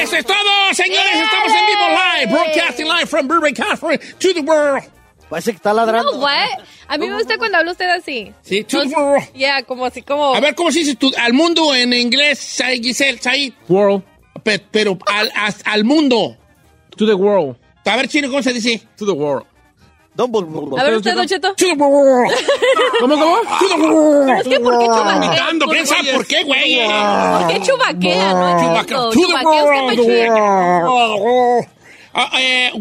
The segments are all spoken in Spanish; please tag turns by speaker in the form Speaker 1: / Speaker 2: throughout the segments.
Speaker 1: Eso es todo, señores. Estamos en vivo live, broadcasting live from Burbank, California, to the world.
Speaker 2: Parece Pues que está
Speaker 3: You
Speaker 2: ladrando.
Speaker 3: know what? A mí me gusta cuando habla usted así.
Speaker 1: Sí, to the world.
Speaker 3: Yeah, como así como.
Speaker 1: A ver, ¿cómo se dice tú? al mundo en inglés, Sai- Giselle? Sai?
Speaker 4: World.
Speaker 1: Pe- Pero al, as- al mundo.
Speaker 4: To the world.
Speaker 1: A ver, chino, ¿cómo se dice?
Speaker 4: To the world.
Speaker 2: Dumbledore.
Speaker 3: A ver usted, Don Cheto.
Speaker 1: To the world.
Speaker 4: ¿Cómo, cómo?
Speaker 1: To the world.
Speaker 3: Es que ¿por qué chubaquea?
Speaker 1: Gritando, ¿Quién sabe por qué, güey?
Speaker 3: ¿Por qué chubaquea? No,
Speaker 1: Chubaca.
Speaker 3: entiendo.
Speaker 1: To the
Speaker 3: Chubaquea usted
Speaker 1: world. Oh,
Speaker 3: pa' chubaquear.
Speaker 1: Ah, eh,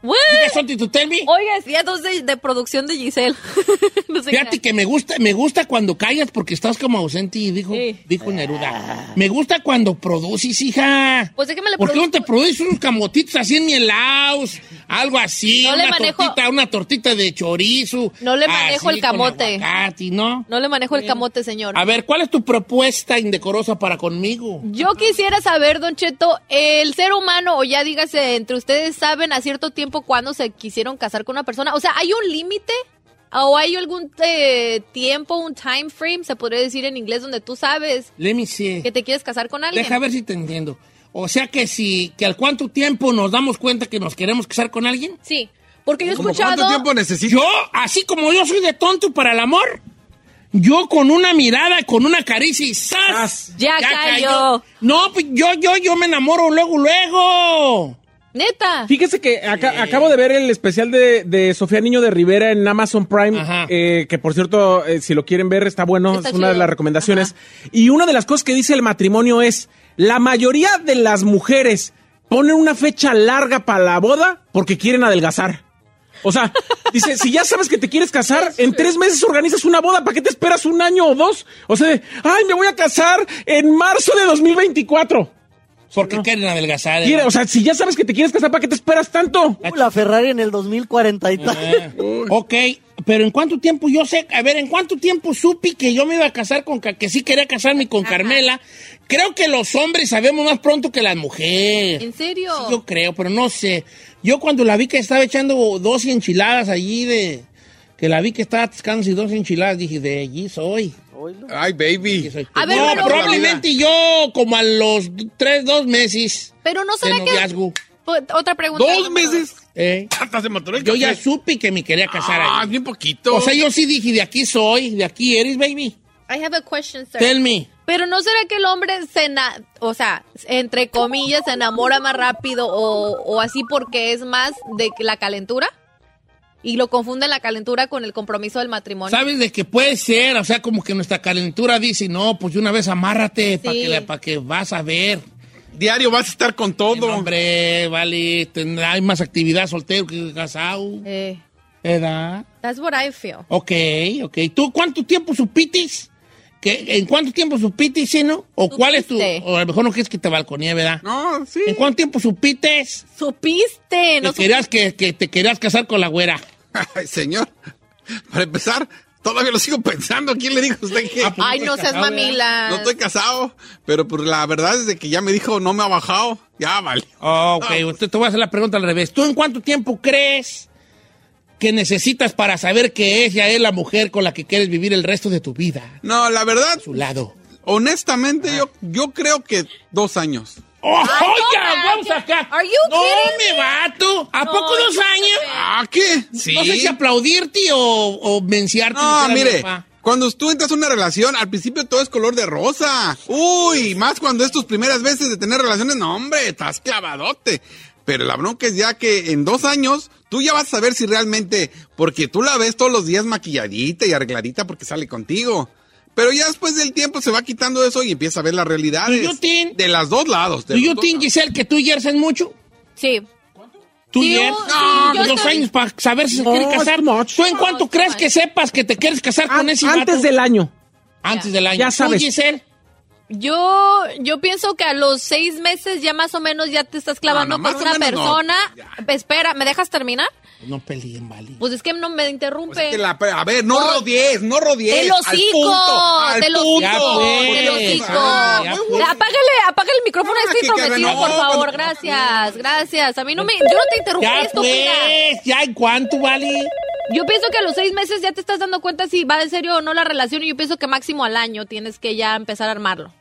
Speaker 1: Güey, ¿qué
Speaker 3: What?
Speaker 1: something to tell me?
Speaker 3: Oiga, sí, a dos de, de producción de Giselle. no sé
Speaker 1: Fíjate que me gusta, me gusta cuando callas porque estás como ausente y dijo,
Speaker 3: Sí. Ah.
Speaker 1: dijo Neruda. Me gusta cuando produces, hija.
Speaker 3: Pues déjame le
Speaker 1: ¿Por qué no te
Speaker 3: produzco.
Speaker 1: produces unos camotitos así en mielaos? Algo así,
Speaker 3: No le
Speaker 1: una
Speaker 3: manejo-
Speaker 1: tortita, una tortita de chorizo.
Speaker 3: No le manejo
Speaker 1: así,
Speaker 3: el camote.
Speaker 1: con aguacate, ¿no?
Speaker 3: No le manejo el camote, señor.
Speaker 1: A ver, ¿cuál es tu propuesta indecorosa para conmigo?
Speaker 3: Yo quisiera saber, Don Cheto, el ser humano, o ya dígase, entre ustedes saben a cierto tiempo cuándo se quisieron casar con una persona. O sea, ¿hay un límite? ¿O hay algún eh, tiempo, un time frame, se podría decir en inglés, donde tú sabes
Speaker 1: Let me see.
Speaker 3: que te quieres casar con alguien?
Speaker 1: Deja ver si te entiendo. O sea que si, que al cuánto tiempo nos damos cuenta que nos queremos casar con alguien.
Speaker 3: Sí, porque yo he
Speaker 4: ¿Cómo
Speaker 3: escuchado...
Speaker 4: cuánto tiempo necesito?
Speaker 1: Yo, así como yo soy de tonto para el amor, yo con una mirada, con una caricia y ¡zas!
Speaker 4: ¡Zas!
Speaker 3: Ya cayó.
Speaker 1: No, pues yo, yo, yo me enamoro luego, luego.
Speaker 3: Neta.
Speaker 4: Fíjese que acá- acabo de ver el especial de, de Sofía Niño de Rivera en Amazon Prime,
Speaker 1: Ajá.
Speaker 4: eh, que por cierto, eh, si lo quieren ver, está bueno,
Speaker 3: Está
Speaker 4: es una de
Speaker 3: chido.
Speaker 4: las recomendaciones. Y una de las cosas que dice el matrimonio es, la mayoría de las mujeres ponen una fecha larga para la boda porque quieren adelgazar. O sea, dice, si ya sabes que te quieres casar, en tres meses organizas una boda, ¿para qué te esperas un año o dos? O sea, de, ay, me voy a casar en marzo de 2024.
Speaker 1: Porque quieren adelgazar. eh?
Speaker 4: Quiere- o sea, si ya sabes que te quieres casar, ¿para qué te esperas tanto?
Speaker 2: Uh, la Ferrari en el 2040 y tal.
Speaker 1: Ah, ok, pero ¿en cuánto tiempo yo sé? A ver, ¿en cuánto tiempo supe que yo me iba a casar con... Ca- que sí quería casarme con Carmela? Creo que los hombres sabemos más pronto que las mujeres.
Speaker 3: ¿En serio?
Speaker 1: Sí, yo creo, pero no sé. Yo cuando la vi que estaba echando dos enchiladas allí de... Que la vi que estaba atascándose dos enchiladas, dije, de allí soy.
Speaker 5: Ay,
Speaker 1: que
Speaker 5: baby.
Speaker 1: soy.
Speaker 3: A ver,
Speaker 1: no,
Speaker 3: pero-
Speaker 1: probablemente yo como a los tres, dos meses
Speaker 3: Pero no
Speaker 1: de
Speaker 3: será que...
Speaker 1: noviazgo.
Speaker 3: Po- Otra pregunta.
Speaker 5: Dos meses.
Speaker 1: ¿eh?
Speaker 5: Hasta se mató el
Speaker 1: Yo ya
Speaker 5: café.
Speaker 1: supe que me quería casar
Speaker 5: Ah,
Speaker 1: allí.
Speaker 5: bien poquito.
Speaker 1: O sea, yo sí dije, de aquí soy, de aquí eres, baby.
Speaker 3: I have a question, sir.
Speaker 1: Tell me.
Speaker 3: Pero no será que el hombre se, na- o sea, entre comillas, se enamora más rápido o, o así porque es más de que la calentura y lo confunden la calentura con el compromiso del matrimonio.
Speaker 1: ¿Sabes de que puede ser? O sea, como que nuestra calentura dice, no, pues de una vez amárrate para
Speaker 3: Sí.
Speaker 1: que, la- pa' que vas a ver.
Speaker 5: Diario vas a estar con
Speaker 1: Eh, no,
Speaker 5: todo.
Speaker 1: hombre, vale, ten- hay más actividad soltero que casado.
Speaker 3: Eh,
Speaker 1: ¿Edad?
Speaker 3: that's what I feel.
Speaker 1: Ok, ok. ¿Tú cuánto tiempo supitis? ¿Que, ¿En cuánto tiempo supitis, no? ¿O cuál es tu...?
Speaker 3: Supiste.
Speaker 1: O a lo mejor no quieres que te balconee, ¿verdad?
Speaker 5: No, Ah, sí.
Speaker 1: ¿En cuánto tiempo supites
Speaker 3: Supiste,
Speaker 1: que,
Speaker 3: no supiste.
Speaker 1: querías que, que te querías casar con la güera?
Speaker 5: Ay, señor. Para empezar, todavía lo sigo pensando. ¿Quién le dijo a usted que
Speaker 1: Ah, pues
Speaker 3: Ay, no
Speaker 1: estás
Speaker 3: seas
Speaker 1: casado, ¿verdad?
Speaker 3: mamila.
Speaker 5: no estoy casado? Pero pues la verdad es de que ya me dijo no me ha bajado. Ya vale.
Speaker 1: Ah, ok, Entonces te voy a hacer la pregunta al revés. ¿Tú en cuánto tiempo crees que necesitas para saber que ella es la mujer con la que quieres vivir el resto de tu vida?
Speaker 5: No, la verdad,
Speaker 1: A su lado.
Speaker 5: honestamente, yo, yo creo que dos años.
Speaker 1: O ¡Oh,
Speaker 3: Ay, no,
Speaker 1: ya!
Speaker 3: man,
Speaker 1: ¡Vamos
Speaker 3: ¿qué-
Speaker 1: acá!
Speaker 3: are you
Speaker 1: ¡No,
Speaker 3: kidding
Speaker 1: mi vato! ¿A
Speaker 3: No,
Speaker 1: poco dos
Speaker 3: yo no
Speaker 1: años?
Speaker 3: sé.
Speaker 5: ¿Ah, qué? Sí.
Speaker 1: No sé si aplaudirte o, o menciarte.
Speaker 5: No,
Speaker 1: dijera mi
Speaker 5: mire,
Speaker 1: papá.
Speaker 5: cuando tú entras a una relación, al principio todo es color de rosa. Uy, más cuando es tus primeras veces de tener relaciones, no, hombre, estás clavadote. Pero la bronca es ya que en dos años tú ya vas a saber si realmente, porque tú la ves todos los días maquilladita y arregladita porque sale contigo. Pero ya después del tiempo se va quitando eso y empieza a ver las realidades.
Speaker 1: Do you think-
Speaker 5: de las dos lados. de
Speaker 1: ¿Do
Speaker 5: los
Speaker 1: you
Speaker 5: dos
Speaker 1: think,
Speaker 5: lados.
Speaker 1: Pues Giselle, que tú yersas mucho?
Speaker 3: Sí.
Speaker 1: ¿Tú
Speaker 3: Sí,
Speaker 1: yersas?
Speaker 3: yo- sí, yo
Speaker 1: dos
Speaker 3: estoy-
Speaker 1: años para saber si se
Speaker 4: No,
Speaker 1: quiere casar.
Speaker 4: it's too much.
Speaker 1: ¿Tú en cuánto
Speaker 3: it's too
Speaker 1: crees
Speaker 3: much.
Speaker 1: que sepas que te quieres casar con ese
Speaker 4: An-
Speaker 1: vato?
Speaker 4: antes del año.
Speaker 1: Antes del año.
Speaker 4: Ya
Speaker 1: ¿Tú,
Speaker 4: sabes.
Speaker 1: Giselle?
Speaker 3: Yo, yo pienso que a los seis meses ya más o menos ya te estás clavando
Speaker 5: Ah, No, no,
Speaker 3: con
Speaker 5: más
Speaker 3: una
Speaker 5: o menos no.
Speaker 3: persona.
Speaker 5: Ya.
Speaker 3: Espera, ¿me dejas terminar?
Speaker 1: No peleen, vale.
Speaker 3: Pues es que no me interrumpe.
Speaker 5: Pues es que la- a ver, no rodees, no rodees.
Speaker 3: ¡Del
Speaker 5: al punto,
Speaker 3: hocico!
Speaker 5: al
Speaker 3: ¡Del
Speaker 5: punto.
Speaker 3: hocico!
Speaker 1: Ya,
Speaker 3: ¡Del
Speaker 1: pues.
Speaker 3: hocico!
Speaker 1: Ah, ya, pues.
Speaker 3: Apágale, apágale el micrófono,
Speaker 5: Ah,
Speaker 3: estoy
Speaker 5: que
Speaker 3: prometido,
Speaker 5: cargando.
Speaker 3: por favor.
Speaker 5: No,
Speaker 3: Gracias, gracias. A mí no me... Yo no te interrumpí,
Speaker 1: Ya,
Speaker 3: estúpida.
Speaker 1: pues, ya, ¿en cuánto, vale?
Speaker 3: Yo pienso que a los seis meses ya te estás dando cuenta si va de serio o no la relación y yo pienso que máximo al año tienes que ya empezar a armarlo.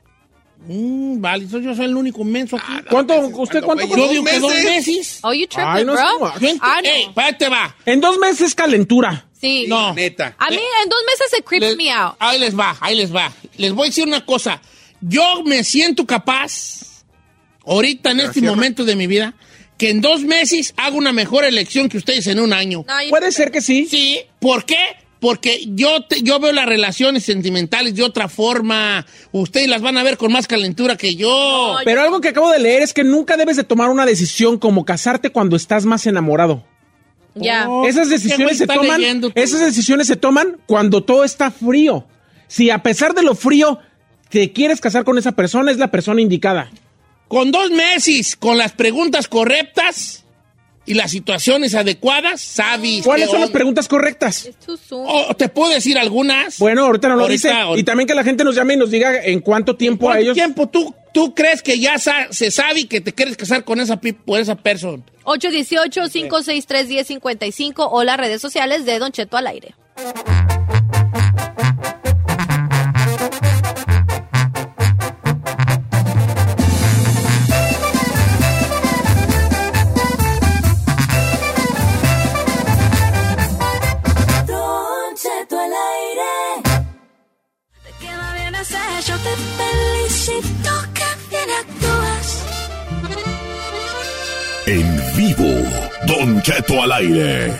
Speaker 1: Mm, vale, entonces yo soy el único menso aquí.
Speaker 3: Ah,
Speaker 4: ¿Cuánto, usted cuánto?
Speaker 5: güey,
Speaker 1: yo
Speaker 5: dos
Speaker 1: digo que dos
Speaker 5: meses.
Speaker 1: meses.
Speaker 3: Oh, you tripping,
Speaker 4: Ay, no
Speaker 3: bro.
Speaker 4: sé, guau.
Speaker 1: Yo ent-
Speaker 3: Ah, no.
Speaker 1: Ey, espérate, va.
Speaker 4: En dos meses calentura.
Speaker 3: Sí.
Speaker 1: No.
Speaker 5: Neta.
Speaker 3: A mí en dos meses se creeps
Speaker 1: Les-
Speaker 3: me out.
Speaker 1: Ahí les va, ahí les va. Les voy a decir una cosa. Yo me siento capaz, ahorita en este
Speaker 5: cierra.
Speaker 1: momento de mi vida, que en dos meses hago una mejor elección que ustedes en un año.
Speaker 3: No, yo-
Speaker 4: Puede ser que sí.
Speaker 1: Sí, ¿por qué? Porque yo, te- yo veo las relaciones sentimentales de otra forma. Ustedes las van a ver con más calentura que yo.
Speaker 3: No,
Speaker 4: Pero algo que acabo de leer es que nunca debes de tomar una decisión como casarte cuando estás más enamorado.
Speaker 3: Ya.
Speaker 1: Oh.
Speaker 4: Esas
Speaker 1: Qué güey
Speaker 4: decisiones se
Speaker 1: está
Speaker 4: toman,
Speaker 1: leyendo tú.
Speaker 4: esas decisiones se toman cuando todo está frío. Si a pesar de lo frío te quieres casar con esa persona, es la persona indicada.
Speaker 1: Con dos meses, con las preguntas correctas y las situaciones adecuadas, sabes.
Speaker 4: ¿Cuáles
Speaker 1: qué
Speaker 4: son las
Speaker 1: onda.
Speaker 4: preguntas correctas?
Speaker 3: It's too soon.
Speaker 1: O- te puedo decir algunas.
Speaker 4: Bueno, ahorita no lo
Speaker 1: Ahorita,
Speaker 4: dice.
Speaker 1: ahorita.
Speaker 4: Y también que la gente nos llame y nos diga en cuánto tiempo a
Speaker 1: ¿Cuánto
Speaker 4: ellos.
Speaker 1: tiempo tú, tú crees que ya sa- se sabe y que te quieres casar con esa, pi- por esa persona?
Speaker 3: 818-563-1055 o las redes sociales de Don Cheto al aire.
Speaker 6: Don Cheto al aire. Te queda bien ese yo te felicito que bien actúas.
Speaker 7: En vivo, Don Cheto al aire.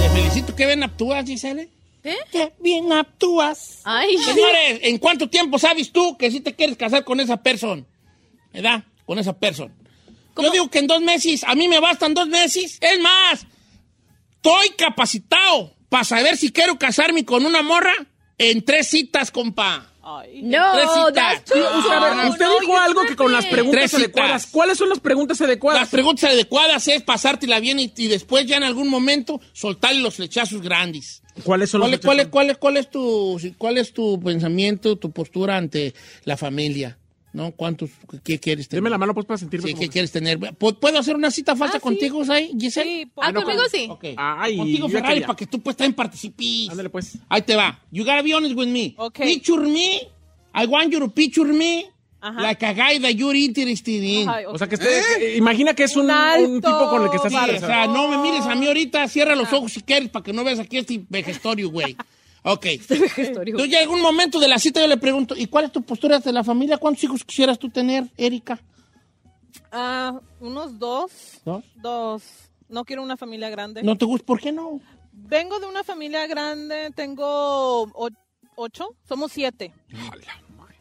Speaker 1: Te felicito, que bien actúas, Gisele.
Speaker 3: ¿Eh?
Speaker 1: Qué bien actúas.
Speaker 3: Ay.
Speaker 1: Señores, ¿en cuánto tiempo sabes tú que si te quieres casar con esa persona? ¿Verdad? Con esa persona. Yo digo que en dos meses, a mí me bastan dos meses. Es más, estoy capacitado para saber si quiero casarme con una morra en tres citas, compa. Tres
Speaker 3: No,
Speaker 1: citas.
Speaker 3: that's
Speaker 4: Sí,
Speaker 3: too
Speaker 4: usted, a ver,
Speaker 3: soon.
Speaker 4: usted
Speaker 3: No,
Speaker 4: dijo
Speaker 3: you
Speaker 4: algo que con las
Speaker 3: tripping.
Speaker 4: preguntas
Speaker 1: Tres citas.
Speaker 4: adecuadas. ¿Cuáles son las preguntas
Speaker 1: Las
Speaker 4: adecuadas?
Speaker 1: preguntas adecuadas es pasártela bien y, y después ya en algún momento soltarle los flechazos grandes.
Speaker 4: ¿Cuáles son
Speaker 1: ¿Cuál,
Speaker 4: las
Speaker 1: es- cuál, es- cuál, es- cuál es tu, si- ¿Cuál es tu pensamiento, tu postura ante la familia? ¿No? ¿Cuántos, qué quieres tener?
Speaker 4: Deme la mano pues para sentirme.
Speaker 1: Sí,
Speaker 4: como-
Speaker 1: ¿Qué quieres tener? ¿Pu- ¿Puedo hacer una cita falsa
Speaker 3: Ah, sí.
Speaker 1: contigo, Zay, Giselle?
Speaker 3: Sí, por- Ah, conmigo sí.
Speaker 1: Ok.
Speaker 4: Ay,
Speaker 1: contigo,
Speaker 4: yo ya
Speaker 1: Ferrari,
Speaker 4: quería.
Speaker 1: para que tú pues también participes.
Speaker 4: Ándale, pues.
Speaker 1: Ahí te va. You gotta be honest with me.
Speaker 8: Ok.
Speaker 1: Picture me. I want you to picture me.
Speaker 8: Ajá.
Speaker 1: Like a guy that you're interested in.
Speaker 8: Ay,
Speaker 4: O sea, que usted, imagina que es un,
Speaker 8: Un
Speaker 4: un
Speaker 8: alto,
Speaker 4: tipo con el que estás
Speaker 1: Sí, o
Speaker 4: interesado.
Speaker 1: sea, no me mires a mí ahorita, cierra
Speaker 3: Ah.
Speaker 1: los ojos si quieres para que no veas aquí este vejestorio, güey. Ok.
Speaker 3: Este
Speaker 1: Tú ya en algún momento de la cita yo le pregunto, ¿y cuál es tu postura de la familia? ¿Cuántos hijos quisieras tú tener, Erika?
Speaker 8: ah, unos dos,
Speaker 1: ¿Dos?
Speaker 8: dos. No quiero una familia grande.
Speaker 1: ¿No te gusta? ¿Por qué no?
Speaker 8: Vengo de una familia grande, tengo o- ocho, somos siete.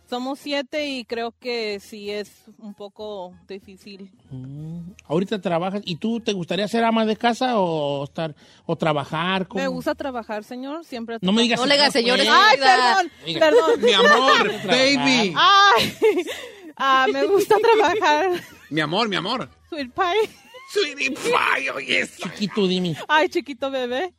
Speaker 8: Somos siete y creo que sí es un poco difícil.
Speaker 1: Ahorita trabajas, ¿y tú te gustaría ser ama de casa o estar o trabajar? con-
Speaker 8: Me gusta trabajar, señor, siempre.
Speaker 1: No me digas.
Speaker 3: No le digas,
Speaker 1: señor,
Speaker 3: señores.
Speaker 1: pues.
Speaker 8: Ay, perdón,
Speaker 1: Diga.
Speaker 8: perdón.
Speaker 5: Mi amor, baby.
Speaker 8: Ay, ah, me gusta trabajar.
Speaker 5: Mi amor, mi amor.
Speaker 8: Sweet pie.
Speaker 5: Sweetie pie, oye, esa.
Speaker 1: pues,
Speaker 3: Ah.
Speaker 1: Chiquito, dime.
Speaker 8: Ay, chiquito bebé.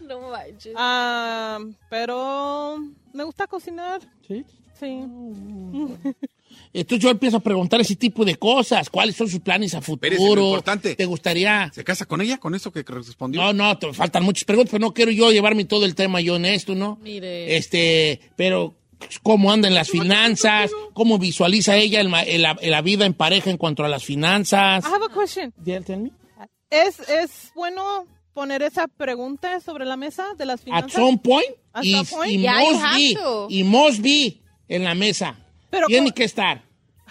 Speaker 3: No manches.
Speaker 8: Ah, pero me gusta cocinar.
Speaker 1: ¿Sí?
Speaker 8: Sí.
Speaker 1: Entonces yo empiezo a preguntar ese tipo de cosas. ¿Cuáles son sus planes a futuro?
Speaker 5: Espérese, lo importante.
Speaker 1: ¿Te gustaría...?
Speaker 5: ¿Se casa con ella con eso que respondió?
Speaker 1: No, no, te faltan muchas preguntas, pero no quiero yo llevarme todo el tema yo en esto, ¿no?
Speaker 3: Mire.
Speaker 1: Este, pero cómo andan las finanzas, cómo visualiza ella el ma- el- la, la vida en pareja en cuanto a las finanzas.
Speaker 8: I have a question. ¿Es, ¿Es bueno poner esa pregunta sobre la mesa de las
Speaker 1: At
Speaker 8: finanzas?
Speaker 1: some point
Speaker 8: At
Speaker 1: y,
Speaker 8: some point?
Speaker 1: y
Speaker 8: Yeah, you
Speaker 1: must
Speaker 8: have
Speaker 1: be,
Speaker 8: to.
Speaker 1: y must be en la mesa.
Speaker 8: Pero
Speaker 1: Tiene
Speaker 8: ¿cómo-
Speaker 1: que estar.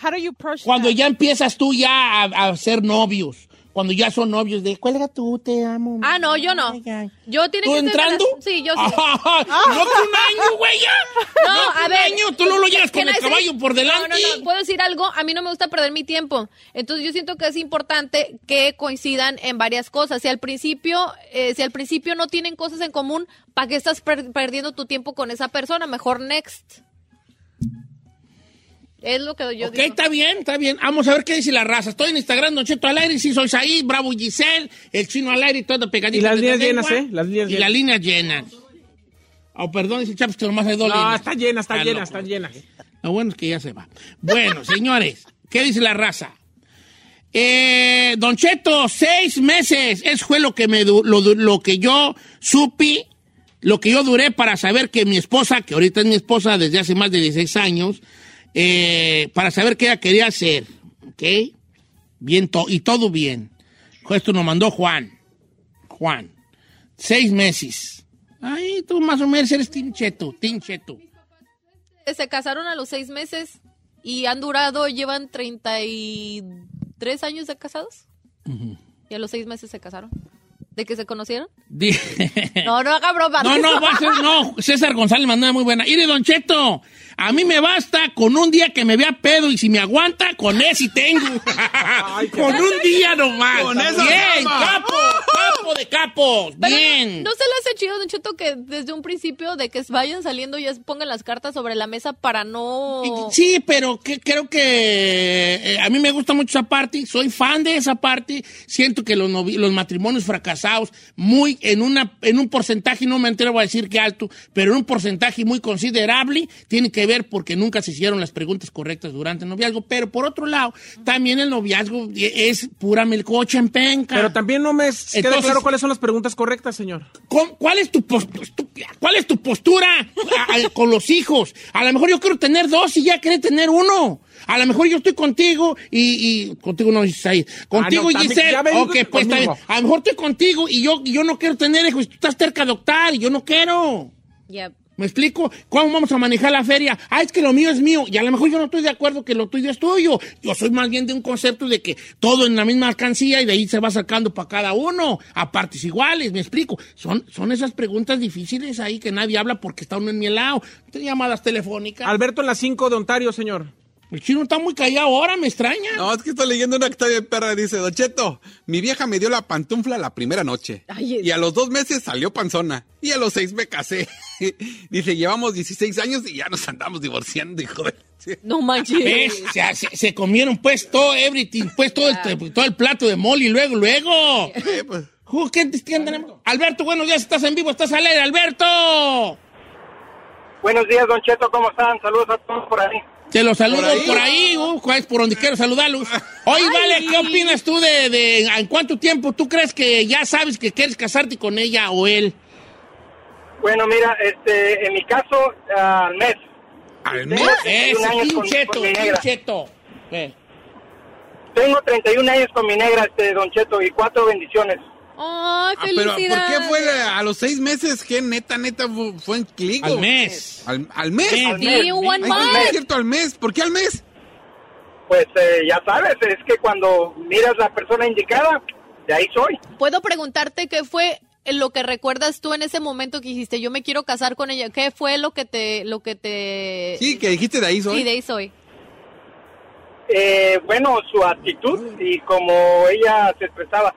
Speaker 8: How do you approach
Speaker 1: Cuando
Speaker 8: that?
Speaker 1: ya empiezas tú ya a, a ser novios, cuando ya son novios de cuelga tú, te amo.
Speaker 3: Ah, no, yo no. Yo tiene
Speaker 1: ¿Tú
Speaker 3: que ser de las-
Speaker 1: entrando?
Speaker 3: Sí, yo sí.
Speaker 1: Ajá, no que un año, güey, ya.
Speaker 3: No,
Speaker 1: No, que
Speaker 3: a
Speaker 1: un
Speaker 3: ver.
Speaker 1: año, tú no lo llevas con
Speaker 3: Can
Speaker 1: el
Speaker 3: I say-
Speaker 1: caballo por delante.
Speaker 3: No, pues, no, no. ¿Puedo decir algo? A mí no me gusta perder mi tiempo. Entonces yo siento que es importante que coincidan en varias cosas. Si al principio, eh, si al principio no tienen cosas en común, ¿para qué estás per- perdiendo tu tiempo con esa persona? Mejor next. Es lo que yo
Speaker 1: Ok,
Speaker 3: digo.
Speaker 1: está bien, está bien. Vamos a ver qué dice la raza. Estoy en Instagram, Don Cheto al aire, sí soy Said, Bravo Giselle, el chino al aire, todo pegadito.
Speaker 4: Y las
Speaker 1: de la
Speaker 4: líneas llenas,
Speaker 1: lengua.
Speaker 4: ¿eh? Las líneas
Speaker 1: y
Speaker 4: llenas.
Speaker 1: las líneas llenas. Oh, perdón, dice Chaps que nomás hay dos
Speaker 4: No,
Speaker 1: líneas.
Speaker 4: está llena, está
Speaker 1: Ah,
Speaker 4: llena,
Speaker 1: no,
Speaker 4: está llena.
Speaker 1: Lo bueno es que ya se va. Bueno, señores, ¿qué dice la raza? Eh, don Cheto, seis meses. Eso fue lo que, me du- lo, du- lo que yo supe, lo que yo duré para saber que mi esposa, que ahorita es mi esposa desde hace más de 16 años, eh, para saber qué ella quería hacer. ¿Ok? Bien, to- y todo bien. Pues Esto nos mandó Juan. Juan. Seis meses. Ay, tú más o menos eres tincheto, tincheto.
Speaker 3: Se casaron a los seis meses y han durado, llevan 33 años de casados. Y a los seis meses se casaron. ¿De que se conocieron? No, no haga broma.
Speaker 1: Eh. No, no, va a ser- no. César González mandó una muy buena. Mire, Don Cheto, a mí me basta con un día que me vea pedo y si me aguanta, con ese sí tengo. con un día nomás.
Speaker 5: Con eso nada
Speaker 1: Bien,
Speaker 5: más.
Speaker 1: capo, capo de capos.
Speaker 3: Pero
Speaker 1: Bien.
Speaker 3: No, no se le hace chido, Don Cheto, que desde un principio de que vayan saliendo ya se pongan las cartas sobre la mesa para no...
Speaker 1: Sí, pero que- creo que eh, a mí me gusta mucho esa parte, soy fan de esa parte, siento que los, novi- los matrimonios fracasados, muy en, una, en un porcentaje, no me atrevo a decir que alto, pero en un porcentaje muy considerable, tiene que ver porque nunca se hicieron las preguntas correctas durante el noviazgo, pero por otro lado, también el noviazgo eh, es pura melcocha en penca.
Speaker 4: Pero también no me queda
Speaker 1: Entonces-
Speaker 4: claro cuáles son las preguntas correctas, señor.
Speaker 1: ¿Cómo- ¿Cuál es tu postura? ¿Cuál es tu postura a- a- con los hijos? A lo mejor yo quiero tener dos y ya querés tener uno. A lo mejor yo estoy contigo y, y- contigo no Isaí. Contigo
Speaker 4: Ah, no, también,
Speaker 1: Giselle.
Speaker 4: ya me dijo
Speaker 1: Ok,
Speaker 4: que
Speaker 1: pues, está bien.
Speaker 4: conmigo.
Speaker 1: A lo mejor estoy contigo y yo, y yo no quiero tener hijos. Tú estás cerca de adoptar y yo no quiero.
Speaker 3: Ya.
Speaker 1: ¿Me explico? ¿Cómo vamos a manejar la feria? Ah, es que lo mío es mío. Y a lo mejor yo no estoy de acuerdo que lo tuyo es tuyo. Yo soy más bien de un concepto de que todo en la misma alcancía y de ahí se va sacando para cada uno a partes iguales. ¿Me explico? Son, son esas preguntas difíciles ahí que nadie habla porque está uno en mi lado. llamadas telefónicas.
Speaker 4: Alberto en las 5 de Ontario, señor.
Speaker 1: El chino está muy callado ahora, me extraña.
Speaker 5: No, es que estoy leyendo una que está bien perra. Dice, Don Cheto, mi vieja me dio la pantufla la primera noche.
Speaker 3: Ay,
Speaker 5: Y a los dos meses salió panzona. Y a los seis me casé. Dice, llevamos 16 años y ya nos andamos divorciando, hijo de... Sí.
Speaker 3: No manches.
Speaker 1: ¿Ves? O sea, se, se comieron pues todo, everything, pues todo el, todo el plato de mole y luego, luego.
Speaker 5: Eh, pues,
Speaker 1: Ju, ¿Qué te- quién tenemos? Alberto, buenos días, estás en vivo, estás al aire, Alberto.
Speaker 9: Buenos días, Don Cheto, ¿cómo están? Saludos a todos por ahí.
Speaker 1: Te los saludo por
Speaker 5: Por ahí.
Speaker 1: ahí, uh, es por donde quiero saludarlos. Oye, Vale, ¿qué opinas tú de, de- en cuánto tiempo tú crees que ya sabes que quieres casarte con ella o él?
Speaker 9: Bueno, mira, este, en mi caso, al mes.
Speaker 5: al
Speaker 9: ¿Eh?
Speaker 5: mes.
Speaker 1: Ese
Speaker 9: 31 años con-
Speaker 1: pincheto,
Speaker 9: con mi negra.
Speaker 1: pincheto. Eh,
Speaker 9: Tengo 31 años con mi negra, este, Don Cheto, y cuatro bendiciones.
Speaker 3: Ay,
Speaker 5: Ah, pero
Speaker 3: felicidades.
Speaker 5: ¿por qué fue la- a los seis meses? que neta, neta fu- fue en clic?
Speaker 1: al mes.
Speaker 5: Al, al mes.
Speaker 1: Sí.
Speaker 5: Al mes.
Speaker 3: Sí, one
Speaker 5: Ay, no es
Speaker 3: month.
Speaker 5: cierto, al mes. ¿Por qué al mes?
Speaker 9: Pues eh, ya sabes, es que cuando miras la persona indicada, de ahí soy.
Speaker 3: Puedo preguntarte qué fue lo que recuerdas tú en ese momento que dijiste, yo me quiero casar con ella. ¿Qué fue lo que te... Lo que te...
Speaker 5: Sí, que dijiste de ahí soy.
Speaker 3: Sí, de ahí soy.
Speaker 9: Eh, bueno, su actitud y como ella se expresaba.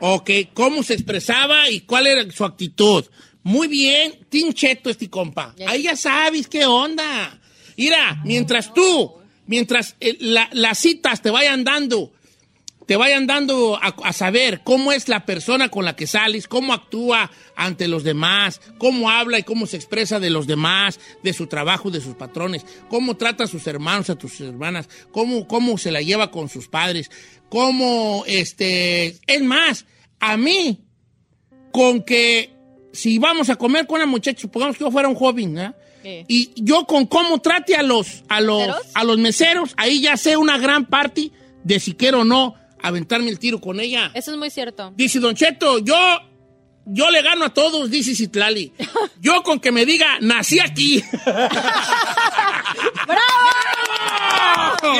Speaker 1: Ok, ¿cómo se expresaba y cuál era su actitud? Muy bien, tincheto este compa. Ahí ya sabes qué onda. Mira, mientras tú, mientras eh, la- las citas te vayan dando, te vayan dando a, a saber cómo es la persona con la que sales, cómo actúa ante los demás, cómo habla y cómo se expresa de los demás, de su trabajo, de sus patrones, cómo trata a sus hermanos, a tus hermanas, cómo, cómo se la lleva con sus padres, cómo, este, es más, a mí, con que si vamos a comer con una muchacha, supongamos que yo fuera un joven, ¿eh?
Speaker 3: Eh.
Speaker 1: Y yo con cómo trate a los, a los,
Speaker 3: ¿Meseros?
Speaker 1: a los meseros, ahí ya sé una gran parte de si quiero o no aventarme el tiro con ella.
Speaker 3: Eso es muy cierto.
Speaker 1: Dice Don Cheto, yo, yo le gano a todos, dice Citlali. Yo con que me diga, nací aquí.
Speaker 5: Oh,
Speaker 1: ¡Bravo!